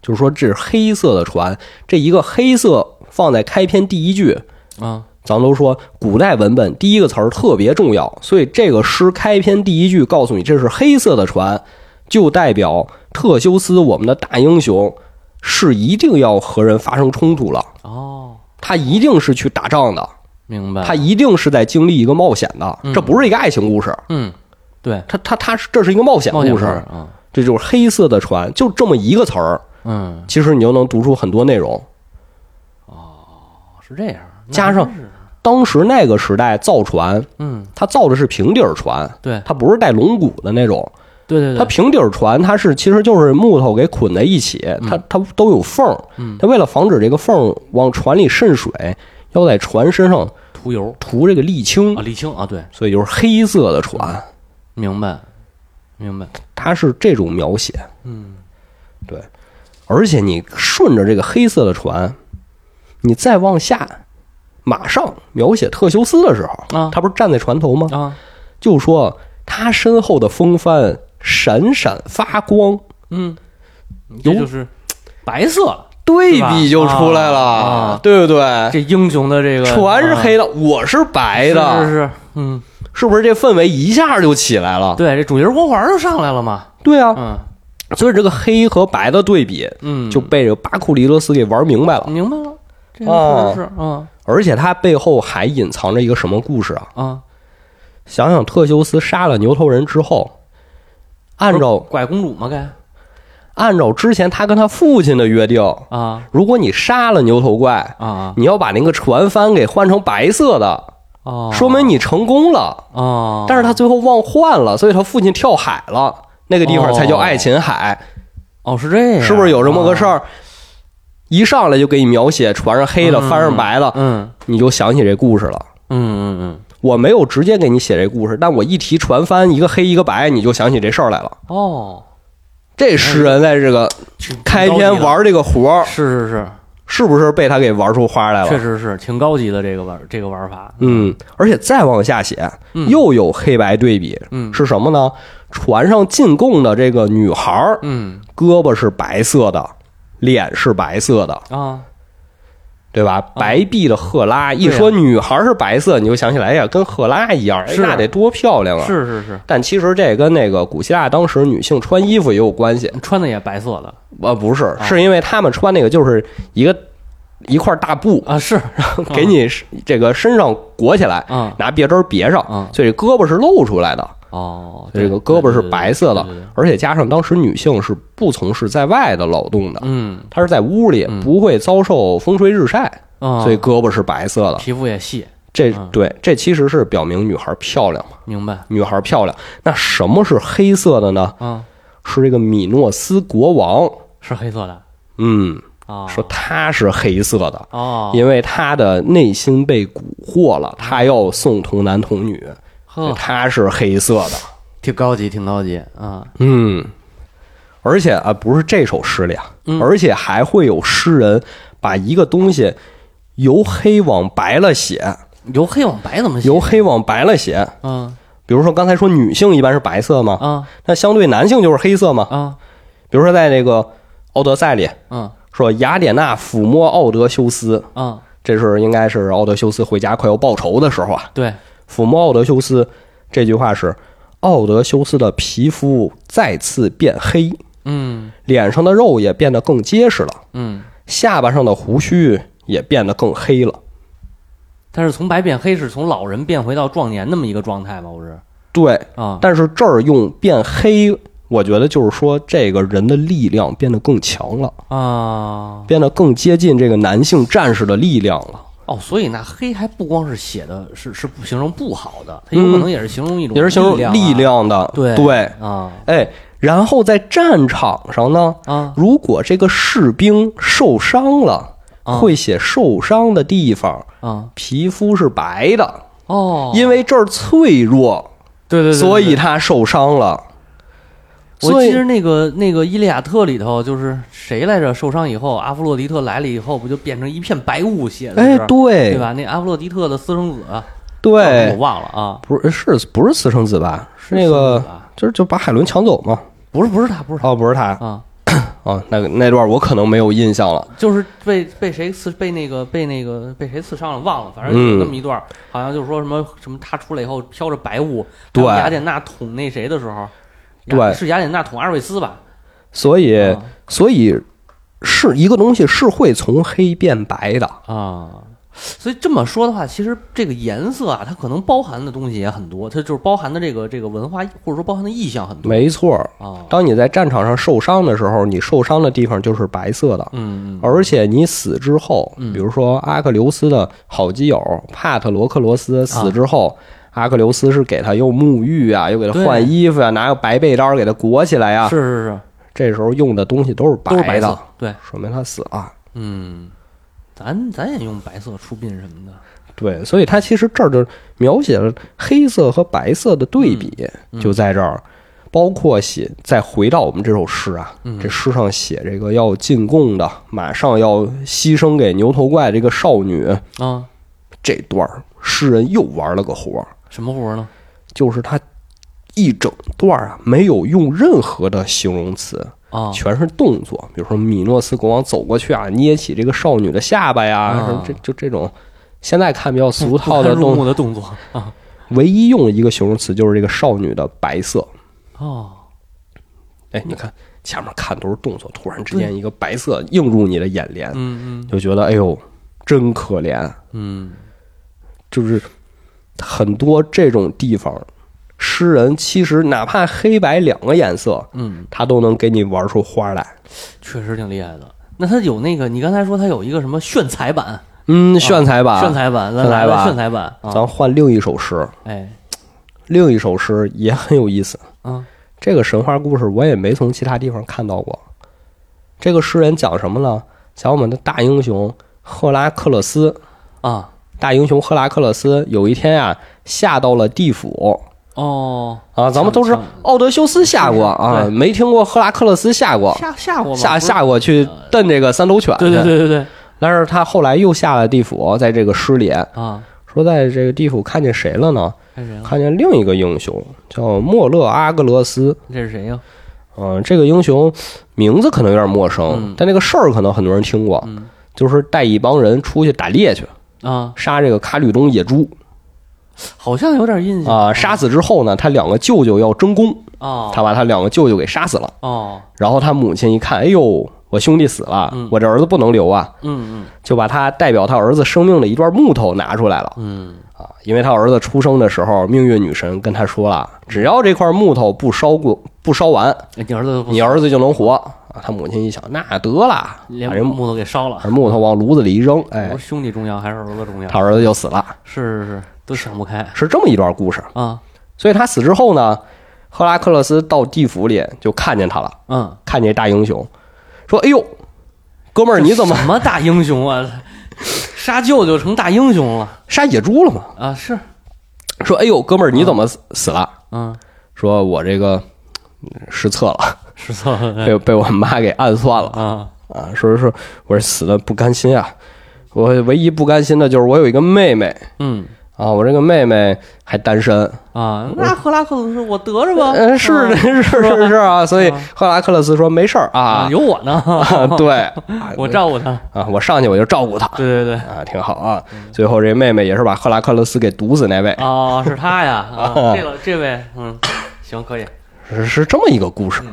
[SPEAKER 1] 就是说这是黑色的船，这一个黑色放在开篇第一句，
[SPEAKER 2] 啊。
[SPEAKER 1] 咱们都说古代文本第一个词儿特别重要，所以这个诗开篇第一句告诉你这是黑色的船，就代表特修斯我们的大英雄是一定要和人发生冲突了。
[SPEAKER 2] 哦，
[SPEAKER 1] 他一定是去打仗的，
[SPEAKER 2] 明白。
[SPEAKER 1] 他一定是在经历一个冒险的，这不是一个爱情故事，
[SPEAKER 2] 嗯，对，
[SPEAKER 1] 他他他是这是一个冒险
[SPEAKER 2] 冒险
[SPEAKER 1] 故事，
[SPEAKER 2] 啊。
[SPEAKER 1] 这就是黑色的船，就这么一个词儿，
[SPEAKER 2] 嗯，
[SPEAKER 1] 其实你就能读出很多内容。
[SPEAKER 2] 哦是这样。那
[SPEAKER 1] 加上
[SPEAKER 2] 真是
[SPEAKER 1] 当时那个时代造船，
[SPEAKER 2] 嗯，
[SPEAKER 1] 它造的是平底儿船，
[SPEAKER 2] 对
[SPEAKER 1] 它不是带龙骨的那种，
[SPEAKER 2] 对对对，
[SPEAKER 1] 它平底儿船它是其实就是木头给捆在一起，
[SPEAKER 2] 嗯
[SPEAKER 1] 它它都有缝儿，它为了防止这个缝儿往船里渗水，要在船身上
[SPEAKER 2] 涂油
[SPEAKER 1] 涂这个沥青
[SPEAKER 2] 啊，，沥青啊，对，
[SPEAKER 1] 所以就是黑色的船。
[SPEAKER 2] 明白，明白，
[SPEAKER 1] 它是这种描写，
[SPEAKER 2] 嗯，
[SPEAKER 1] 对。而且你顺着这个黑色的船，你再往下，马上描写特修斯的时候，
[SPEAKER 2] 啊
[SPEAKER 1] 他不是站在船头吗？
[SPEAKER 2] 啊，
[SPEAKER 1] 就说他身后的风帆闪闪发光，
[SPEAKER 2] 嗯，这
[SPEAKER 1] 有
[SPEAKER 2] 就是白色，
[SPEAKER 1] 对
[SPEAKER 2] 比就出来了
[SPEAKER 1] 对不对？
[SPEAKER 2] 这英雄的这个
[SPEAKER 1] 船是黑的，我是白
[SPEAKER 2] 啊
[SPEAKER 1] 的，
[SPEAKER 2] 是是是，嗯，
[SPEAKER 1] 是不是这氛围一下就起来了？
[SPEAKER 2] 对，这主角光环就上来了嘛，
[SPEAKER 1] 对啊，
[SPEAKER 2] 嗯
[SPEAKER 1] 所以这个黑和白的对比
[SPEAKER 2] 嗯，
[SPEAKER 1] 就被这个巴库利德斯给玩明白了。
[SPEAKER 2] 明白了，这
[SPEAKER 1] 哦
[SPEAKER 2] 个确实是，嗯
[SPEAKER 1] 而且它背后还隐藏着一个什么故事啊？
[SPEAKER 2] 啊，
[SPEAKER 1] 想想特修斯杀了牛头人之后，按照
[SPEAKER 2] 拐公主嘛，该
[SPEAKER 1] 按照之前他跟他父亲的约定，
[SPEAKER 2] 啊
[SPEAKER 1] 如果你杀了牛头怪，
[SPEAKER 2] 啊
[SPEAKER 1] 你要把那个船帆给换成白色的，
[SPEAKER 2] 哦，
[SPEAKER 1] 说明你成功了。
[SPEAKER 2] 哦，
[SPEAKER 1] 但是他最后忘换了，所以他父亲跳海了，那个地方才叫爱琴海，
[SPEAKER 2] 哦是这样，
[SPEAKER 1] 是不是有这么个事
[SPEAKER 2] 儿？
[SPEAKER 1] 儿？一上来就给你描写船上黑的，帆上白的，
[SPEAKER 2] 嗯
[SPEAKER 1] 你就想起这故事了。
[SPEAKER 2] 嗯嗯嗯，
[SPEAKER 1] 我没有直接给你写这故事，但我一提船帆，一个黑一个白，你就想起这事儿来了。
[SPEAKER 2] 哦，
[SPEAKER 1] 这诗人在这个
[SPEAKER 2] 挺
[SPEAKER 1] 开篇，玩这个活儿，
[SPEAKER 2] 是是是。
[SPEAKER 1] 是不是被他给玩出花来
[SPEAKER 2] 确
[SPEAKER 1] 了？
[SPEAKER 2] 实是挺高级的这个玩这个玩法。
[SPEAKER 1] 嗯，而且再往下写，
[SPEAKER 2] 嗯
[SPEAKER 1] 又有黑白对比，
[SPEAKER 2] 嗯
[SPEAKER 1] 是什么呢？船上进贡的这个女孩儿，
[SPEAKER 2] 嗯
[SPEAKER 1] 胳膊是白色的，脸是白色的，
[SPEAKER 2] 啊，
[SPEAKER 1] 对吧？白臂的赫拉，一说女孩是白色，你就想起来哎呀，跟赫拉一样，哎
[SPEAKER 2] 是
[SPEAKER 1] 那得多漂亮啊！
[SPEAKER 2] 是是是，
[SPEAKER 1] 但其实这跟那个古希腊当时女性穿衣服也有关系，
[SPEAKER 2] 穿的也白色的
[SPEAKER 1] 呃，不是，
[SPEAKER 2] 啊
[SPEAKER 1] 是因为她们穿那个就是一个一块大布，
[SPEAKER 2] 啊，是
[SPEAKER 1] 给你这个身上裹起来，
[SPEAKER 2] 啊
[SPEAKER 1] 拿别针别上，
[SPEAKER 2] 啊
[SPEAKER 1] 所以胳膊是露出来的，
[SPEAKER 2] 哦，对
[SPEAKER 1] 这个胳膊是白色的
[SPEAKER 2] 对对对对对，
[SPEAKER 1] 而且加上当时女性是不从事在外的劳动的，
[SPEAKER 2] 嗯
[SPEAKER 1] 她是在屋里，不会遭受风吹日晒，
[SPEAKER 2] 啊，
[SPEAKER 1] 所以胳膊是白色的。
[SPEAKER 2] 皮肤也细，
[SPEAKER 1] 这
[SPEAKER 2] 嗯
[SPEAKER 1] 对，这其实是表明女孩漂亮嘛，
[SPEAKER 2] 明白
[SPEAKER 1] 女孩漂亮。那什么是黑色的呢？
[SPEAKER 2] 啊，
[SPEAKER 1] 是这个米诺斯国王，
[SPEAKER 2] 是黑色的
[SPEAKER 1] 嗯，
[SPEAKER 2] 啊，
[SPEAKER 1] 说他是黑色的，
[SPEAKER 2] 哦，
[SPEAKER 1] 因为他的内心被蛊惑
[SPEAKER 2] 嗯
[SPEAKER 1] 了，他要送童男童女，所以
[SPEAKER 2] 呵，
[SPEAKER 1] 他是黑色的。
[SPEAKER 2] 挺高级，挺高级啊，
[SPEAKER 1] 嗯，而且啊，不是这首诗里啊，
[SPEAKER 2] 嗯
[SPEAKER 1] 而且还会有诗人把一个东西由黑往白了写，
[SPEAKER 2] 由黑往白怎么写？
[SPEAKER 1] 由黑往白了写。
[SPEAKER 2] 啊
[SPEAKER 1] 比如说刚才说女性一般是白色嘛，
[SPEAKER 2] 啊
[SPEAKER 1] 那相对男性就是黑色嘛。
[SPEAKER 2] 啊
[SPEAKER 1] 比如说在那个《奥德赛》里
[SPEAKER 2] 啊
[SPEAKER 1] 说，雅典娜抚摸奥德修斯，
[SPEAKER 2] 啊，
[SPEAKER 1] 这是应该是奥德修斯回家快要报仇的时候啊，
[SPEAKER 2] 对，
[SPEAKER 1] 抚摸奥德修斯这句话是。奥德修斯的皮肤再次变黑，
[SPEAKER 2] 嗯
[SPEAKER 1] 脸上的肉也变得更结实了，
[SPEAKER 2] 嗯，
[SPEAKER 1] 下巴上的胡须也变得更黑了。
[SPEAKER 2] 但是从白变黑是从老人变回到壮年那么一个状态吧？我是
[SPEAKER 1] 对，
[SPEAKER 2] 啊，
[SPEAKER 1] 但是这儿用变黑，我觉得就是说这个人的力量变得更强了，
[SPEAKER 2] 啊，
[SPEAKER 1] 变得更接近这个男性战士的力量了，
[SPEAKER 2] 哦，所以那黑还不光是写的是是不形容不好的，它有可能也是形容一
[SPEAKER 1] 嗯
[SPEAKER 2] 种
[SPEAKER 1] 也是形容
[SPEAKER 2] 力啊
[SPEAKER 1] 力量的。
[SPEAKER 2] 对
[SPEAKER 1] 对，
[SPEAKER 2] 啊
[SPEAKER 1] 哎，然后在战场上呢，
[SPEAKER 2] 啊
[SPEAKER 1] 如果这个士兵受伤了，
[SPEAKER 2] 啊
[SPEAKER 1] 会写受伤的地方
[SPEAKER 2] 啊
[SPEAKER 1] 皮肤是白的，
[SPEAKER 2] 哦，
[SPEAKER 1] 因为这儿脆弱。
[SPEAKER 2] 对对对对，
[SPEAKER 1] 所以
[SPEAKER 2] 对
[SPEAKER 1] 他受伤了。
[SPEAKER 2] 我
[SPEAKER 1] 所
[SPEAKER 2] 记
[SPEAKER 1] 以
[SPEAKER 2] 着那个那个《伊利亚特》里头，就是谁来着受伤以后，阿弗洛狄特来了以后，不就变成一片白雾写的
[SPEAKER 1] 哎
[SPEAKER 2] 是，
[SPEAKER 1] 对
[SPEAKER 2] 对吧？那阿弗洛狄特的私生子，叫什么我
[SPEAKER 1] 对，
[SPEAKER 2] 忘了啊，
[SPEAKER 1] 不是是不是私生子吧？是那
[SPEAKER 2] 私生子
[SPEAKER 1] 个
[SPEAKER 2] 吧
[SPEAKER 1] 就是就把海伦抢走嘛？
[SPEAKER 2] 不是不是他，不是他
[SPEAKER 1] 哦，不是他
[SPEAKER 2] 啊，
[SPEAKER 1] 哦，那个那段我可能没有印象了。
[SPEAKER 2] 就是被被谁刺被那个被那个被谁刺伤了忘了，反正有那么一段儿，好像就是说什么什么他出来以后飘着白雾，
[SPEAKER 1] 对
[SPEAKER 2] 然后雅典娜捅那谁的时候，
[SPEAKER 1] 对
[SPEAKER 2] 雅是雅典娜捅阿瑞斯吧？
[SPEAKER 1] 所以
[SPEAKER 2] 啊
[SPEAKER 1] 所以是一个东西是会从黑变白的。
[SPEAKER 2] 啊，所以这么说的话，其实这个颜色啊，它可能包含的东西也很多，它就是包含的这个这个文化或者说包含的意象很多
[SPEAKER 1] 没错，
[SPEAKER 2] 啊。
[SPEAKER 1] 当你在战场上受伤的时候，你受伤的地方就是白色的。
[SPEAKER 2] 嗯，嗯嗯
[SPEAKER 1] 而且你死之后，比如说阿克琉斯的好基友帕特罗克罗
[SPEAKER 2] 啊
[SPEAKER 1] 斯死之后，阿克琉斯是给他又沐浴啊，又给他
[SPEAKER 2] 对
[SPEAKER 1] 换衣服啊，拿个白被单给他裹起来呀、
[SPEAKER 2] 是是是，
[SPEAKER 1] 这时候用的东西都是
[SPEAKER 2] 都是啊白
[SPEAKER 1] 的
[SPEAKER 2] 色，，对，
[SPEAKER 1] 说明他死了。
[SPEAKER 2] 嗯，咱咱也用白色出殡什么的，
[SPEAKER 1] 对，所以他其实这儿就描写了黑色和白色的对比，
[SPEAKER 2] 嗯
[SPEAKER 1] 就在这儿。包括写，再回到我们这首诗啊，
[SPEAKER 2] 嗯
[SPEAKER 1] 这诗上写这个要进贡的，马上要牺牲给牛头怪这个少女，
[SPEAKER 2] 啊，
[SPEAKER 1] 这段儿诗人又玩了个活儿，
[SPEAKER 2] 什么活呢？
[SPEAKER 1] 就是他一整段儿啊没有用任何的形容词，
[SPEAKER 2] 啊，
[SPEAKER 1] 全是动作，比如说米诺斯国王走过去啊，捏起这个少女的下巴呀，
[SPEAKER 2] 啊
[SPEAKER 1] 什么这就这种。现在看比较俗
[SPEAKER 2] 不
[SPEAKER 1] 套
[SPEAKER 2] 堪
[SPEAKER 1] 的
[SPEAKER 2] 入
[SPEAKER 1] 动
[SPEAKER 2] 目
[SPEAKER 1] 作，
[SPEAKER 2] 的动作啊，
[SPEAKER 1] 唯一用一个形容词就是这个少女的白色。
[SPEAKER 2] 哦，
[SPEAKER 1] 哎，
[SPEAKER 2] 嗯
[SPEAKER 1] 你看前面看都是动作，突然之间一个白色映入你的眼帘，
[SPEAKER 2] 嗯
[SPEAKER 1] 就觉得哎呦，真可怜。
[SPEAKER 2] 嗯
[SPEAKER 1] 就是很多这种地方，诗人其实哪怕黑白两个颜色，
[SPEAKER 2] 嗯嗯，
[SPEAKER 1] 他都能给你玩出花来。
[SPEAKER 2] 确实挺厉害的。那他有那个，你刚才说他有一个什么炫彩版，
[SPEAKER 1] 嗯，炫彩吧，
[SPEAKER 2] 啊炫，彩版，
[SPEAKER 1] 炫彩
[SPEAKER 2] 来
[SPEAKER 1] 版
[SPEAKER 2] 了炫彩版啊，
[SPEAKER 1] 咱换另一首诗，
[SPEAKER 2] 哎，
[SPEAKER 1] 另一首诗也很有意思。
[SPEAKER 2] 啊
[SPEAKER 1] 这个神话故事我也没从其他地方看到过。这个诗人讲什么呢？讲我们的大英雄赫拉克勒斯。
[SPEAKER 2] 啊，
[SPEAKER 1] 大英雄赫拉克勒斯有一天啊，下到了地府，
[SPEAKER 2] 哦，
[SPEAKER 1] 啊，咱们都知道
[SPEAKER 2] 像
[SPEAKER 1] 奥德修斯下过啊，
[SPEAKER 2] 对
[SPEAKER 1] 没听过赫拉克勒斯下过，
[SPEAKER 2] 下下过吗？
[SPEAKER 1] 下
[SPEAKER 2] 不是
[SPEAKER 1] 下过去蹬这个三头犬。
[SPEAKER 2] 对对。对对对
[SPEAKER 1] 但是他后来又下了地府，在这个诗里
[SPEAKER 2] 啊！
[SPEAKER 1] 说，在这个地府看见谁了呢？
[SPEAKER 2] 看谁了？
[SPEAKER 1] 看见另一个英雄叫莫勒阿格勒斯。
[SPEAKER 2] 这是谁呀？嗯
[SPEAKER 1] 嗯、这个英雄名字可能有点陌生，但这个事儿可能很多人听过。就是带一帮人出去打猎去，
[SPEAKER 2] 啊，
[SPEAKER 1] 杀这个卡吕东野猪
[SPEAKER 2] 好像有点印象
[SPEAKER 1] 啊。杀死之后呢，他两个舅舅要争功，
[SPEAKER 2] 哦
[SPEAKER 1] 他把他两个舅舅给杀死了。
[SPEAKER 2] 哦，
[SPEAKER 1] 然后他母亲一看，哎呦，我兄弟死了
[SPEAKER 2] 嗯，
[SPEAKER 1] 我这儿子不能留啊，
[SPEAKER 2] 嗯
[SPEAKER 1] 就把他代表他儿子生命的一段木头拿出来了。
[SPEAKER 2] 嗯
[SPEAKER 1] 啊，因为他儿子出生的时候，命运女神跟他说了，只要这块木头不烧过不烧完，
[SPEAKER 2] 嗯，你儿子不
[SPEAKER 1] 你儿子就能活啊。他母亲一想，那得了，
[SPEAKER 2] 连
[SPEAKER 1] 把这木
[SPEAKER 2] 木头给烧了，
[SPEAKER 1] 把木头往炉子里一扔，哎
[SPEAKER 2] 我，兄弟重要还是儿子重要
[SPEAKER 1] 他？儿子就死了，
[SPEAKER 2] 是是是，都想不开
[SPEAKER 1] 是这么一段故事。
[SPEAKER 2] 啊，
[SPEAKER 1] 所以他死之后呢，赫拉克勒斯到地府里就看见他了，
[SPEAKER 2] 嗯，
[SPEAKER 1] 看见大英雄，说：“哎呦，哥们儿，你怎么
[SPEAKER 2] 什么大英雄啊？杀舅舅成大英雄了
[SPEAKER 1] 杀野猪了嘛？”
[SPEAKER 2] 啊？是，
[SPEAKER 1] 说：“哎呦，哥们儿，你怎么死死了
[SPEAKER 2] 嗯，？”
[SPEAKER 1] 说：“我这个嗯失策了，
[SPEAKER 2] 是错了
[SPEAKER 1] 被被我妈给暗算了。”
[SPEAKER 2] 啊，
[SPEAKER 1] 啊，说说我是死的不甘心啊，我唯一不甘心的就是我有一个妹妹
[SPEAKER 2] 嗯
[SPEAKER 1] 啊，我这个妹妹还单身，
[SPEAKER 2] 啊，那赫拉克勒斯，我呃得着吧？
[SPEAKER 1] 嗯，是是是是是啊，所以赫拉克勒斯说没事儿啊
[SPEAKER 2] 嗯 啊，，有我 呢，
[SPEAKER 1] 啊对，啊
[SPEAKER 2] 我照顾他。
[SPEAKER 1] 啊，我上去我就照顾她
[SPEAKER 2] 对对对，
[SPEAKER 1] 啊，挺好啊。
[SPEAKER 2] 嗯
[SPEAKER 1] 最后这妹妹也是把赫拉克勒斯给毒死那位，
[SPEAKER 2] 哦，是他呀， 啊，
[SPEAKER 1] 啊
[SPEAKER 2] 这个这位，嗯，行，可以，
[SPEAKER 1] 是是这么一个故事
[SPEAKER 2] 嗯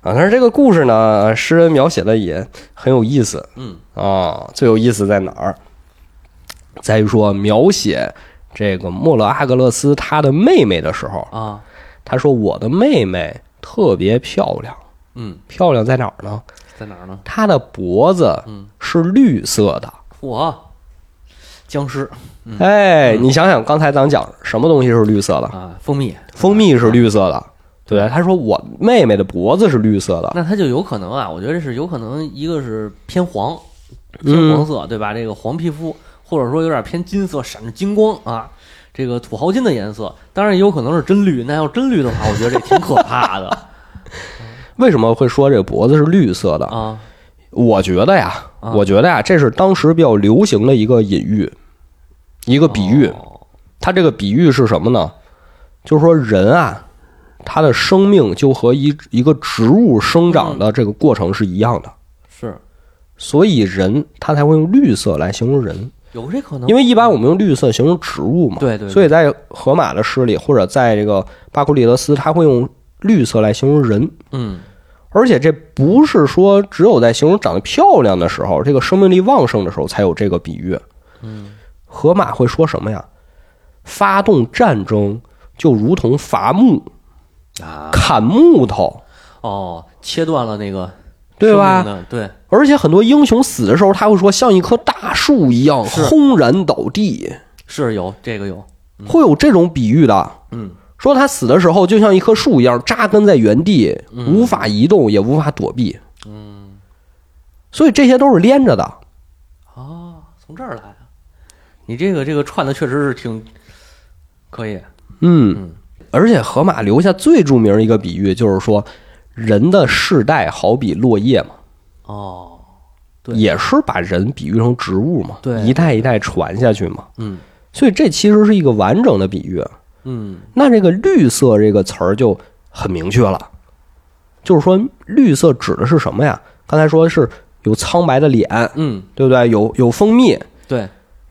[SPEAKER 1] 啊。但是这个故事呢，诗人描写的也很有意思，
[SPEAKER 2] 嗯
[SPEAKER 1] 啊，最有意思在哪儿？在于说描写这个莫勒阿格勒斯他的妹妹的时候，
[SPEAKER 2] 啊，
[SPEAKER 1] 他说：“我的妹妹特别漂亮，
[SPEAKER 2] 嗯，
[SPEAKER 1] 漂亮在哪儿呢？
[SPEAKER 2] 在哪儿呢？
[SPEAKER 1] 她的脖子
[SPEAKER 2] 嗯
[SPEAKER 1] 是绿色的。
[SPEAKER 2] 我僵尸嗯
[SPEAKER 1] 哎，你想想，刚才咱讲什么东西是绿色的？
[SPEAKER 2] 啊，蜂蜜，
[SPEAKER 1] 蜂蜜是绿色
[SPEAKER 2] 嗯
[SPEAKER 1] 的，对吧？他说我妹妹的脖子是绿色的，
[SPEAKER 2] 那他就有可能啊，我觉得是有可能，一个是偏黄，偏
[SPEAKER 1] 嗯
[SPEAKER 2] 黄色，对吧？这个黄皮肤，或者说有点偏金色，闪着金光啊。这个土豪金的颜色，当然也有可能是真绿。那要真绿的话，我觉得这挺可 怕的
[SPEAKER 1] 为什么会说这个脖子是绿色的？
[SPEAKER 2] 啊。
[SPEAKER 1] 我觉得呀，
[SPEAKER 2] 啊
[SPEAKER 1] 我觉得呀，这是当时比较流行的一个隐喻，一个比喻。
[SPEAKER 2] 哦
[SPEAKER 1] 它这个比喻是什么呢？就是说人啊，他的生命就和一一个植物生长
[SPEAKER 2] 嗯
[SPEAKER 1] 的这个过程是一样的，
[SPEAKER 2] 是
[SPEAKER 1] 所以人他才会用绿色来形容人，
[SPEAKER 2] 有这可能，
[SPEAKER 1] 因为一般我们用绿色形容植物嘛。
[SPEAKER 2] 对对对
[SPEAKER 1] 所以在荷马的诗里，或者在这个巴库利德斯，他会用绿色来形容人。
[SPEAKER 2] 嗯
[SPEAKER 1] 而且这不是说只有在形容长得漂亮的时候，这个生命力旺盛的时候才有这个比喻。
[SPEAKER 2] 嗯，
[SPEAKER 1] 河马会说什么呀？发动战争就如同伐木、
[SPEAKER 2] 啊
[SPEAKER 1] 砍木头，
[SPEAKER 2] 哦，切断了那个
[SPEAKER 1] 对吧
[SPEAKER 2] 生命的？对，
[SPEAKER 1] 而且很多英雄死的时候，他会说像一棵大树一样
[SPEAKER 2] 是
[SPEAKER 1] 轰然倒地，
[SPEAKER 2] 是有这个有，
[SPEAKER 1] 会有这种比喻的。
[SPEAKER 2] 嗯
[SPEAKER 1] 说他死的时候就像一棵树一样扎根在原地，无法移动，也无法躲避。
[SPEAKER 2] 嗯，
[SPEAKER 1] 所以这些都是连着的。
[SPEAKER 2] 哦，从这儿来啊，你这个这个串的确实是挺可以，
[SPEAKER 1] 嗯
[SPEAKER 2] 嗯，
[SPEAKER 1] 而且河马留下最著名一个比喻，就是说人的世代好比落叶嘛，
[SPEAKER 2] 哦，对
[SPEAKER 1] 也是把人比喻成植物嘛，
[SPEAKER 2] 对
[SPEAKER 1] 一代一代传下去嘛。
[SPEAKER 2] 嗯
[SPEAKER 1] 所以这其实是一个完整的比喻。
[SPEAKER 2] 嗯，
[SPEAKER 1] 那这个绿色这个词儿就很明确了，就是说绿色指的是什么呀？刚才说是有苍白的脸，
[SPEAKER 2] 嗯，
[SPEAKER 1] 对不对？有有蜂蜜，
[SPEAKER 2] 对，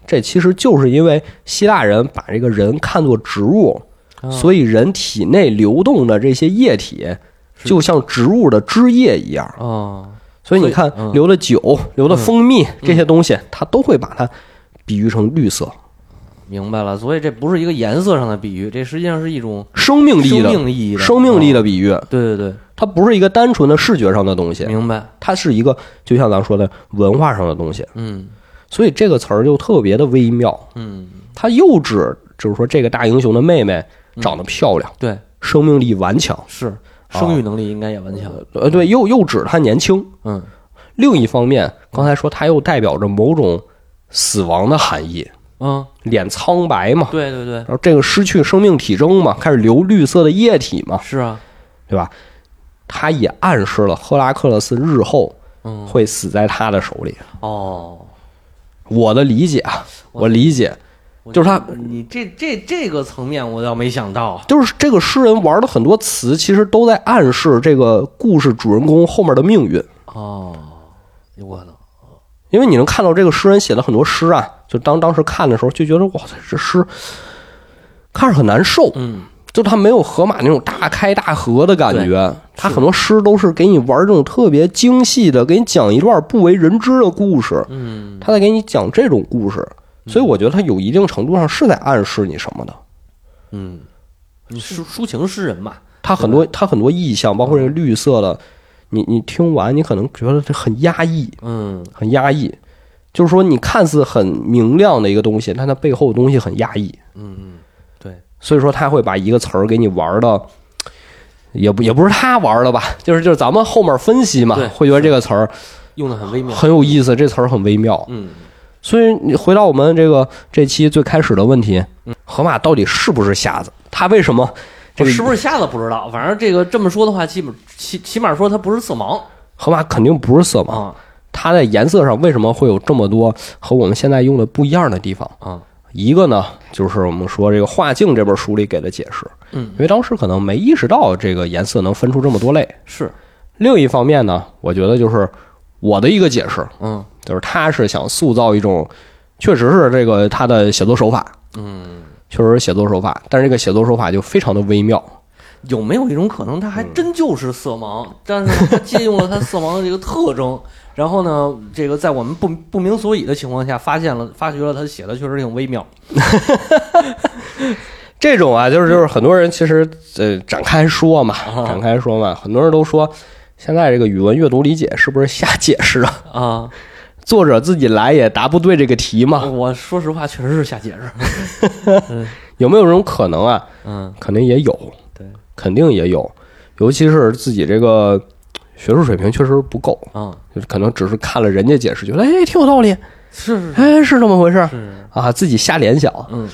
[SPEAKER 1] 这其实就是因为希腊人把这个人看作植物，
[SPEAKER 2] 啊
[SPEAKER 1] 所以人体内流动的这些液体，
[SPEAKER 2] 是
[SPEAKER 1] 就像植物的枝叶一样。
[SPEAKER 2] 哦，
[SPEAKER 1] 所以你看
[SPEAKER 2] 所以嗯，嗯
[SPEAKER 1] 流的酒、流的蜂蜜这些东西，它都会把它比喻成绿色，
[SPEAKER 2] 明白了，所以这不是一个颜色上的比喻，这实际上是一种
[SPEAKER 1] 生命力
[SPEAKER 2] 生
[SPEAKER 1] 的
[SPEAKER 2] 命力的
[SPEAKER 1] 生命力
[SPEAKER 2] 的，
[SPEAKER 1] 的比喻。
[SPEAKER 2] 哦对对
[SPEAKER 1] 它不是一个单纯的视觉上的东
[SPEAKER 2] 对，
[SPEAKER 1] 西，
[SPEAKER 2] 明白，
[SPEAKER 1] 它是一个就像咱说的文化上的东西。
[SPEAKER 2] 嗯
[SPEAKER 1] 所以这个词儿就特别的微妙，
[SPEAKER 2] 嗯，
[SPEAKER 1] 它又指就是说这个大英雄的妹妹长得漂亮，
[SPEAKER 2] 对，
[SPEAKER 1] 生命力顽强，
[SPEAKER 2] 是哦生育能力应该也顽强，
[SPEAKER 1] 呃，对，又又指她年轻。
[SPEAKER 2] 嗯，
[SPEAKER 1] 另一方面，刚才说它又代表着某种死亡的含义，
[SPEAKER 2] 嗯，
[SPEAKER 1] 脸苍白嘛，
[SPEAKER 2] 对对对
[SPEAKER 1] 然，后这个失去生命体征嘛，开始流绿色的液体嘛，
[SPEAKER 2] 是啊，
[SPEAKER 1] 对吧？它也暗示了赫拉克勒斯日后
[SPEAKER 2] 嗯，
[SPEAKER 1] 会死在他的手里。
[SPEAKER 2] 哦，
[SPEAKER 1] 我的理解啊，我理解就是他
[SPEAKER 2] 你这这这个层面我倒没想到，啊
[SPEAKER 1] 就是这个诗人玩的很多词，其实都在暗示这个故事主人公后面的命运。
[SPEAKER 2] 哦，有可能。
[SPEAKER 1] 因为你能看到这个诗人写的很多诗啊，就当当时看的时候就觉得哇塞，这诗看着很难受，
[SPEAKER 2] 嗯，
[SPEAKER 1] 就他没有河马那种大开大合的感觉，他
[SPEAKER 2] 是
[SPEAKER 1] 很多诗都是给你玩这种特别精细的，给你讲一段不为人知的故事，
[SPEAKER 2] 嗯，
[SPEAKER 1] 他在给你讲这种故事，所以我觉得他有一定程度上是在暗示你什么的。
[SPEAKER 2] 嗯，你抒抒情诗人嘛，
[SPEAKER 1] 它很多它很多意象，包括这个绿色的，你你听完你可能觉得这很压抑，
[SPEAKER 2] 嗯
[SPEAKER 1] 很压抑。就是说，你看似很明亮的一个东西，但它背后的东西很压抑。
[SPEAKER 2] 嗯嗯，对，
[SPEAKER 1] 所以说，他会把一个词儿给你玩的，也不也不是他玩的吧，就是就是咱们后面分析嘛
[SPEAKER 2] 对，
[SPEAKER 1] 会觉得这个词儿
[SPEAKER 2] 用的很微妙，
[SPEAKER 1] 很有意思，这词儿很微妙。
[SPEAKER 2] 嗯
[SPEAKER 1] 所以你回到我们这个这期最开始的问题，
[SPEAKER 2] 嗯
[SPEAKER 1] 河马到底是不是瞎子？他为什么这
[SPEAKER 2] 我
[SPEAKER 1] 个
[SPEAKER 2] 哦是不是瞎子不知道，反正这个这么说的话，起码起起码说他不是色盲
[SPEAKER 1] 河马肯定不是色盲？
[SPEAKER 2] 啊
[SPEAKER 1] 它在颜色上为什么会有这么多和我们现在用的不一样的地方？
[SPEAKER 2] 啊，
[SPEAKER 1] 一个呢，就是我们说这个《画境》这本书里给的解释，
[SPEAKER 2] 嗯
[SPEAKER 1] 因为当时可能没意识到这个颜色能分出这么多类。
[SPEAKER 2] 是，
[SPEAKER 1] 另一方面呢，我觉得就是我的一个解释，
[SPEAKER 2] 嗯
[SPEAKER 1] 就是他是想塑造一种，确实是这个他的写作手法，
[SPEAKER 2] 嗯，
[SPEAKER 1] 确实是写作手法，但是这个写作手法就非常的微妙。
[SPEAKER 2] 有没有一种可能，他还真就是色盲，但是他借用了他色盲的这个特征，然后呢，这个在我们不不明所以的情况下，发现了发觉了他写的确实挺微妙，
[SPEAKER 1] 这种啊，就是就是很多人其实呃展开说嘛，
[SPEAKER 2] 啊
[SPEAKER 1] 展开说嘛，很多人都说现在这个语文阅读理解是不是瞎解释啊？
[SPEAKER 2] 啊，
[SPEAKER 1] 作者自己来也答不对这个题嘛？
[SPEAKER 2] 我说实话，确实是瞎解释。
[SPEAKER 1] 有没有这种可能啊？
[SPEAKER 2] 嗯，
[SPEAKER 1] 肯定也有，
[SPEAKER 2] 对，
[SPEAKER 1] 肯定也有，尤其是自己这个学术水平确实不够，
[SPEAKER 2] 嗯，
[SPEAKER 1] 就是可能只是看了人家解释，觉得哎挺有道理，
[SPEAKER 2] 是是
[SPEAKER 1] 哎是这么回事儿
[SPEAKER 2] 是，
[SPEAKER 1] 啊，自己瞎联想。
[SPEAKER 2] 嗯，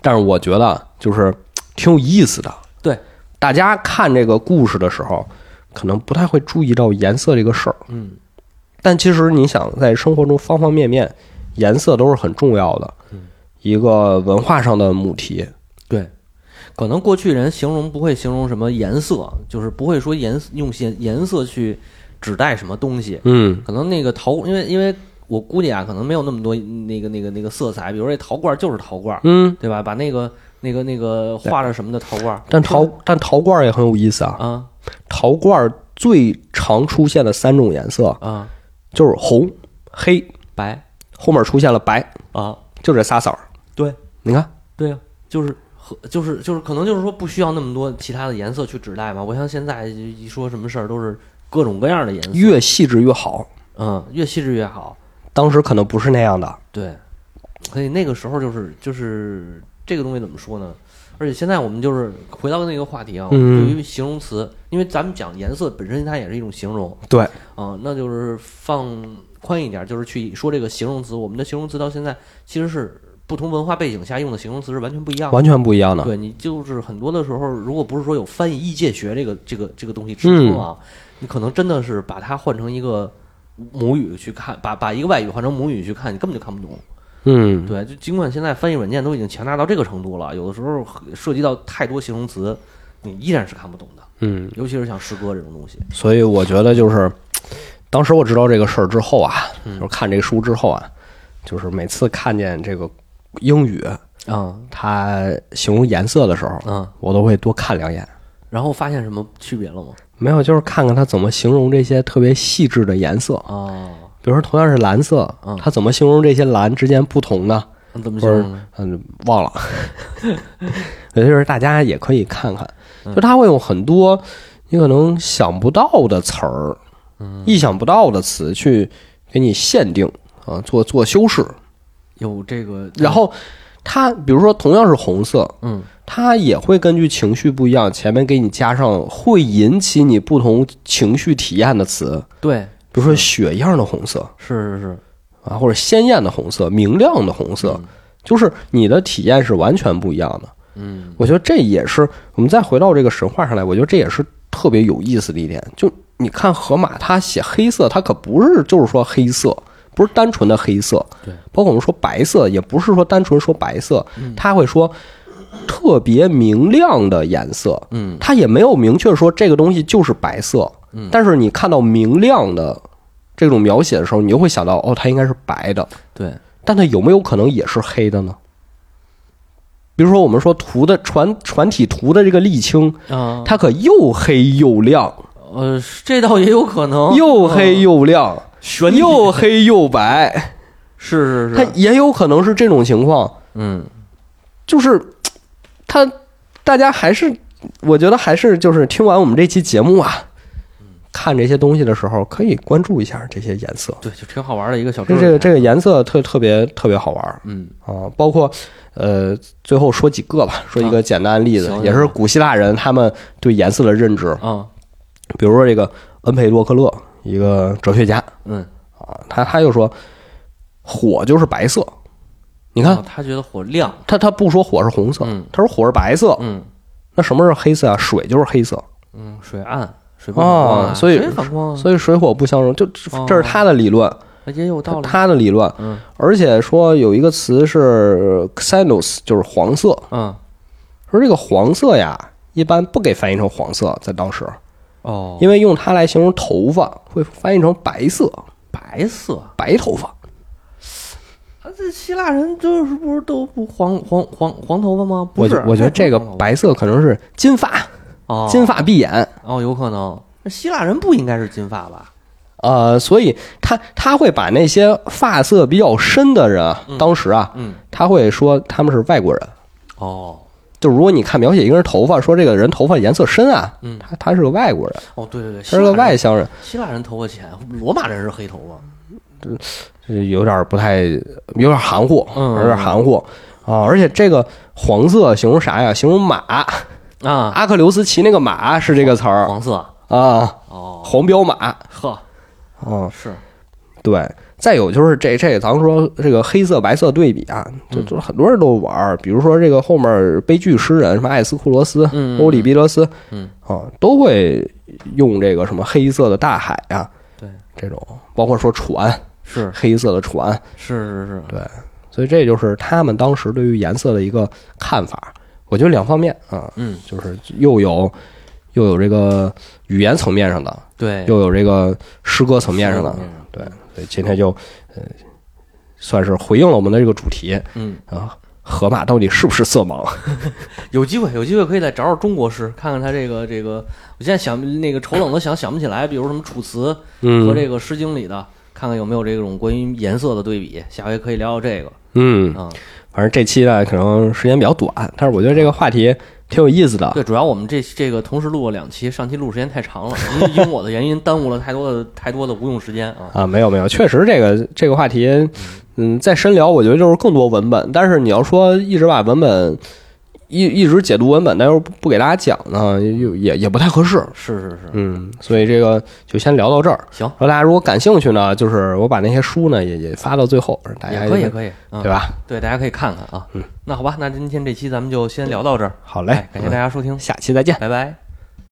[SPEAKER 1] 但是我觉得啊就是挺有意思的，
[SPEAKER 2] 对，
[SPEAKER 1] 大家看这个故事的时候，可能不太会注意到颜色这个事儿，
[SPEAKER 2] 嗯，
[SPEAKER 1] 但其实你想，在生活中方方面面，颜色都是很重要的
[SPEAKER 2] 嗯，
[SPEAKER 1] 一个文化上的母题。
[SPEAKER 2] 对。可能过去人形容不会形容什么颜色，就是不会说颜用颜颜色去指代什么东西。
[SPEAKER 1] 嗯
[SPEAKER 2] 可能那个陶，因为因为我估计啊，可能没有那么多那个那个那个色彩，比如说这陶罐就是陶罐，
[SPEAKER 1] 嗯，
[SPEAKER 2] 对吧？把那个那个那个画着什么的陶罐，
[SPEAKER 1] 但陶但陶罐儿也很有意思啊。
[SPEAKER 2] 啊
[SPEAKER 1] 陶罐儿最常出现的三种颜色
[SPEAKER 2] 啊
[SPEAKER 1] 就是红、黑，
[SPEAKER 2] 白
[SPEAKER 1] 后面出现了白，
[SPEAKER 2] 啊，
[SPEAKER 1] 就这仨色儿。
[SPEAKER 2] 对
[SPEAKER 1] 你看，
[SPEAKER 2] 对啊，就是和就是就是可能就是说不需要那么多其他的颜色去指代嘛。我像现在一说什么事儿都是各种各样的颜色，
[SPEAKER 1] 越细致越好。
[SPEAKER 2] 嗯，越细致越好。
[SPEAKER 1] 当时可能不是那样的。
[SPEAKER 2] 对，所以那个时候就是就是这个东西怎么说呢？而且现在我们就是回到那个话题啊，
[SPEAKER 1] 嗯
[SPEAKER 2] 对于形容词，因为咱们讲颜色本身它也是一种形容
[SPEAKER 1] 对，
[SPEAKER 2] 啊、那就是放宽一点，就是去说这个形容词，我们的形容词到现在其实是不同文化背景下用的形容词是完全不一样的。
[SPEAKER 1] 完全不一样的。
[SPEAKER 2] 对你就是很多的时候，如果不是说有翻译异界学这个这个这个东西支
[SPEAKER 1] 嗯
[SPEAKER 2] 撑啊，你可能真的是把它换成一个母语去看，把把一个外语换成母语去看，你根本就看不懂。
[SPEAKER 1] 嗯，
[SPEAKER 2] 对，就尽管现在翻译软件都已经强大到这个程度了，有的时候涉及到太多形容词，你依然是看不懂的。
[SPEAKER 1] 嗯，
[SPEAKER 2] 尤其是像诗歌这种东西，
[SPEAKER 1] 所以我觉得就是，当时我知道这个事儿之后啊，就是看这个书之后啊，就是每次看见这个英语
[SPEAKER 2] 啊
[SPEAKER 1] 它形容颜色的时候，
[SPEAKER 2] 啊，
[SPEAKER 1] 我都会多看两眼。
[SPEAKER 2] 然后发现什么区别了吗？
[SPEAKER 1] 没有，就是看看它怎么形容这些特别细致的颜色。
[SPEAKER 2] 啊，
[SPEAKER 1] 比如说同样是蓝色
[SPEAKER 2] 嗯，
[SPEAKER 1] 它怎么形容这些蓝之间不同呢？
[SPEAKER 2] 那怎么
[SPEAKER 1] 或
[SPEAKER 2] 形
[SPEAKER 1] 者
[SPEAKER 2] 容呢？
[SPEAKER 1] 嗯，忘了。 也就是大家也可以看看，
[SPEAKER 2] 嗯
[SPEAKER 1] 就它会有很多你可能想不到的词儿，意想不到的词去给你限定啊，做做修饰。
[SPEAKER 2] 有这个，
[SPEAKER 1] 然后它比如说同样是红色，
[SPEAKER 2] 嗯
[SPEAKER 1] 它也会根据情绪不一样，前面给你加上会引起你不同情绪体验的词，
[SPEAKER 2] 对，
[SPEAKER 1] 比如说血一样的红色。
[SPEAKER 2] 是是是，
[SPEAKER 1] 啊，或者鲜艳的红色、明亮的红色，就是你的体验是完全不一样的。
[SPEAKER 2] 嗯
[SPEAKER 1] 我觉得这也是我们再回到这个神话上来，我觉得这也是特别有意思的一点。就你看河马，它写黑色，它可不是就是说黑色，不是单纯的黑色。
[SPEAKER 2] 对，嗯
[SPEAKER 1] 包括我们说白色，也不是说单纯说白色，它会说特别明亮的颜色。
[SPEAKER 2] 嗯，
[SPEAKER 1] 它也没有明确说这个东西就是白色，但是你看到明亮的这种描写的时候，你就会想到哦，它应该是白的，
[SPEAKER 2] 对，
[SPEAKER 1] 但它有没有可能也是黑的呢？比如说，我们说图的船船体图的这个沥青，
[SPEAKER 2] 啊，
[SPEAKER 1] 它可又黑又亮，
[SPEAKER 2] 呃，这倒也有可能，
[SPEAKER 1] 又黑
[SPEAKER 2] 嗯
[SPEAKER 1] 又亮，
[SPEAKER 2] 悬疑
[SPEAKER 1] 又黑又白，
[SPEAKER 2] 是是啊
[SPEAKER 1] 它
[SPEAKER 2] 是，
[SPEAKER 1] 也有可能是这种情况。
[SPEAKER 2] 嗯，
[SPEAKER 1] 就是他，大家还是我觉得还是就是听完我们这期节目啊，看这些东西的时候，可以关注一下这些颜色。
[SPEAKER 2] 对，就挺好玩的一个小知
[SPEAKER 1] 这
[SPEAKER 2] 识，
[SPEAKER 1] 这个这个颜色特特别特别好玩儿
[SPEAKER 2] 嗯，
[SPEAKER 1] 啊，包括呃，最后说几个吧，说一个简单的例子，
[SPEAKER 2] 啊行
[SPEAKER 1] 也是古希腊人他们对颜色的认知。
[SPEAKER 2] 啊，
[SPEAKER 1] 比如说这个恩培多克勒，一个哲学家
[SPEAKER 2] 嗯，
[SPEAKER 1] 啊，他他就说火就是白色，你
[SPEAKER 2] 你
[SPEAKER 1] 看
[SPEAKER 2] 他觉得火亮，
[SPEAKER 1] 他他不说火是红色
[SPEAKER 2] 啊嗯，
[SPEAKER 1] 他说火是白色，
[SPEAKER 2] 嗯
[SPEAKER 1] 那什么是黑色啊？水就是黑色，
[SPEAKER 2] 嗯，水暗，水不反光啊，
[SPEAKER 1] 哦所以
[SPEAKER 2] 水反光啊，哎
[SPEAKER 1] 所以水火不相容，就
[SPEAKER 2] 哦
[SPEAKER 1] 这是他的理论，
[SPEAKER 2] 也有道理，
[SPEAKER 1] 他的理论。
[SPEAKER 2] 嗯
[SPEAKER 1] 而且说有一个词是 xenos，就是黄色。
[SPEAKER 2] 嗯，
[SPEAKER 1] 说这个黄色呀，一般不给翻译成黄色，在当时，
[SPEAKER 2] 哦，
[SPEAKER 1] 因为用它来形容头发会翻译成白色，
[SPEAKER 2] 白色。
[SPEAKER 1] 白头发。
[SPEAKER 2] 啊，这希腊人就是不是都不黄黄黄黄头发吗？
[SPEAKER 1] 我
[SPEAKER 2] 不是
[SPEAKER 1] 觉，我觉得这个白色可能是金发，
[SPEAKER 2] 哦，
[SPEAKER 1] 金发碧眼。
[SPEAKER 2] 哦，有可能。那希腊人不应该是金发吧？
[SPEAKER 1] 呃，所以他他会把那些发色比较深的人啊，当时啊，
[SPEAKER 2] 嗯，
[SPEAKER 1] 他会说他们是外国人。
[SPEAKER 2] 哦，
[SPEAKER 1] 就如果你看描写一个人头发，说这个人头发颜色深啊，
[SPEAKER 2] 嗯
[SPEAKER 1] 他他是个外国人，
[SPEAKER 2] 哦，对对对，
[SPEAKER 1] 他是个
[SPEAKER 2] 希腊人
[SPEAKER 1] 外乡人，
[SPEAKER 2] 希腊人头发浅，罗马人是黑头发。
[SPEAKER 1] 这有点不太，有点含糊，
[SPEAKER 2] 嗯
[SPEAKER 1] 有点含糊啊！而且这个黄色形容啥呀？形容马，
[SPEAKER 2] 啊，
[SPEAKER 1] 阿克琉斯骑那个马是这个词儿
[SPEAKER 2] 黄色。
[SPEAKER 1] 啊，
[SPEAKER 2] 哦，
[SPEAKER 1] 黄标马
[SPEAKER 2] 呵，
[SPEAKER 1] 啊，
[SPEAKER 2] 是，
[SPEAKER 1] 对。再有就是这这，咱们说这个黑色白色对比啊，就就很多人都玩儿，比如说这个后面悲剧诗人什么艾斯库罗斯、
[SPEAKER 2] 嗯
[SPEAKER 1] 欧里庇得斯，
[SPEAKER 2] 嗯，
[SPEAKER 1] 啊，都会用这个什么黑色的大海啊，
[SPEAKER 2] 对，
[SPEAKER 1] 这种包括说船，
[SPEAKER 2] 是
[SPEAKER 1] 黑色的船，
[SPEAKER 2] 是是是，
[SPEAKER 1] 所以这就是他们当时对于颜色的一个看法。我觉得两方面啊，
[SPEAKER 2] 嗯，
[SPEAKER 1] 就是又有又有这个语言层面上的，
[SPEAKER 2] 对，
[SPEAKER 1] 又有这个诗歌层面上的
[SPEAKER 2] 是，嗯
[SPEAKER 1] 对，所以今天就呃，算是回应了我们的这个主题
[SPEAKER 2] 嗯，
[SPEAKER 1] 啊。河马到底是不是色盲？
[SPEAKER 2] 有机会，有机会可以再找找中国诗，看看他这个这个。我现在想那个丑冷都想想不起来，比如什么《楚辞》和
[SPEAKER 1] 嗯
[SPEAKER 2] 这个《诗经》里的，看看有没有这种关于颜色的对比。下回可以聊聊这个
[SPEAKER 1] 嗯，
[SPEAKER 2] 啊。
[SPEAKER 1] 反正这期呢可能时间比较短，但是我觉得这个话题挺有意思的。
[SPEAKER 2] 对，主要我们这这个同时录了两期，上期录时间太长了，因为因我的原因耽误了太多的太多的无用时间啊。
[SPEAKER 1] 啊，没有没有，确实这个这个话题，嗯，再深聊，我觉得就是更多文本。但是你要说一直把文本一一直解读文本，但又不不给大家讲呢，又也也不太合适。
[SPEAKER 2] 是是是，
[SPEAKER 1] 嗯，所以这个就先聊到这儿。
[SPEAKER 2] 行，
[SPEAKER 1] 然后大家如果感兴趣呢，就是我把那些书呢也也发到最后，大家
[SPEAKER 2] 也可
[SPEAKER 1] 也
[SPEAKER 2] 以也
[SPEAKER 1] 可
[SPEAKER 2] 可以，嗯
[SPEAKER 1] 以对吧？
[SPEAKER 2] 对，大家可以看看啊。嗯，那好吧，那今天这期咱们就先聊到这儿。
[SPEAKER 1] 好
[SPEAKER 2] 哎
[SPEAKER 1] 嘞，
[SPEAKER 2] 感谢大家
[SPEAKER 1] 嗯
[SPEAKER 2] 收听，
[SPEAKER 1] 下期再见。
[SPEAKER 2] 拜拜。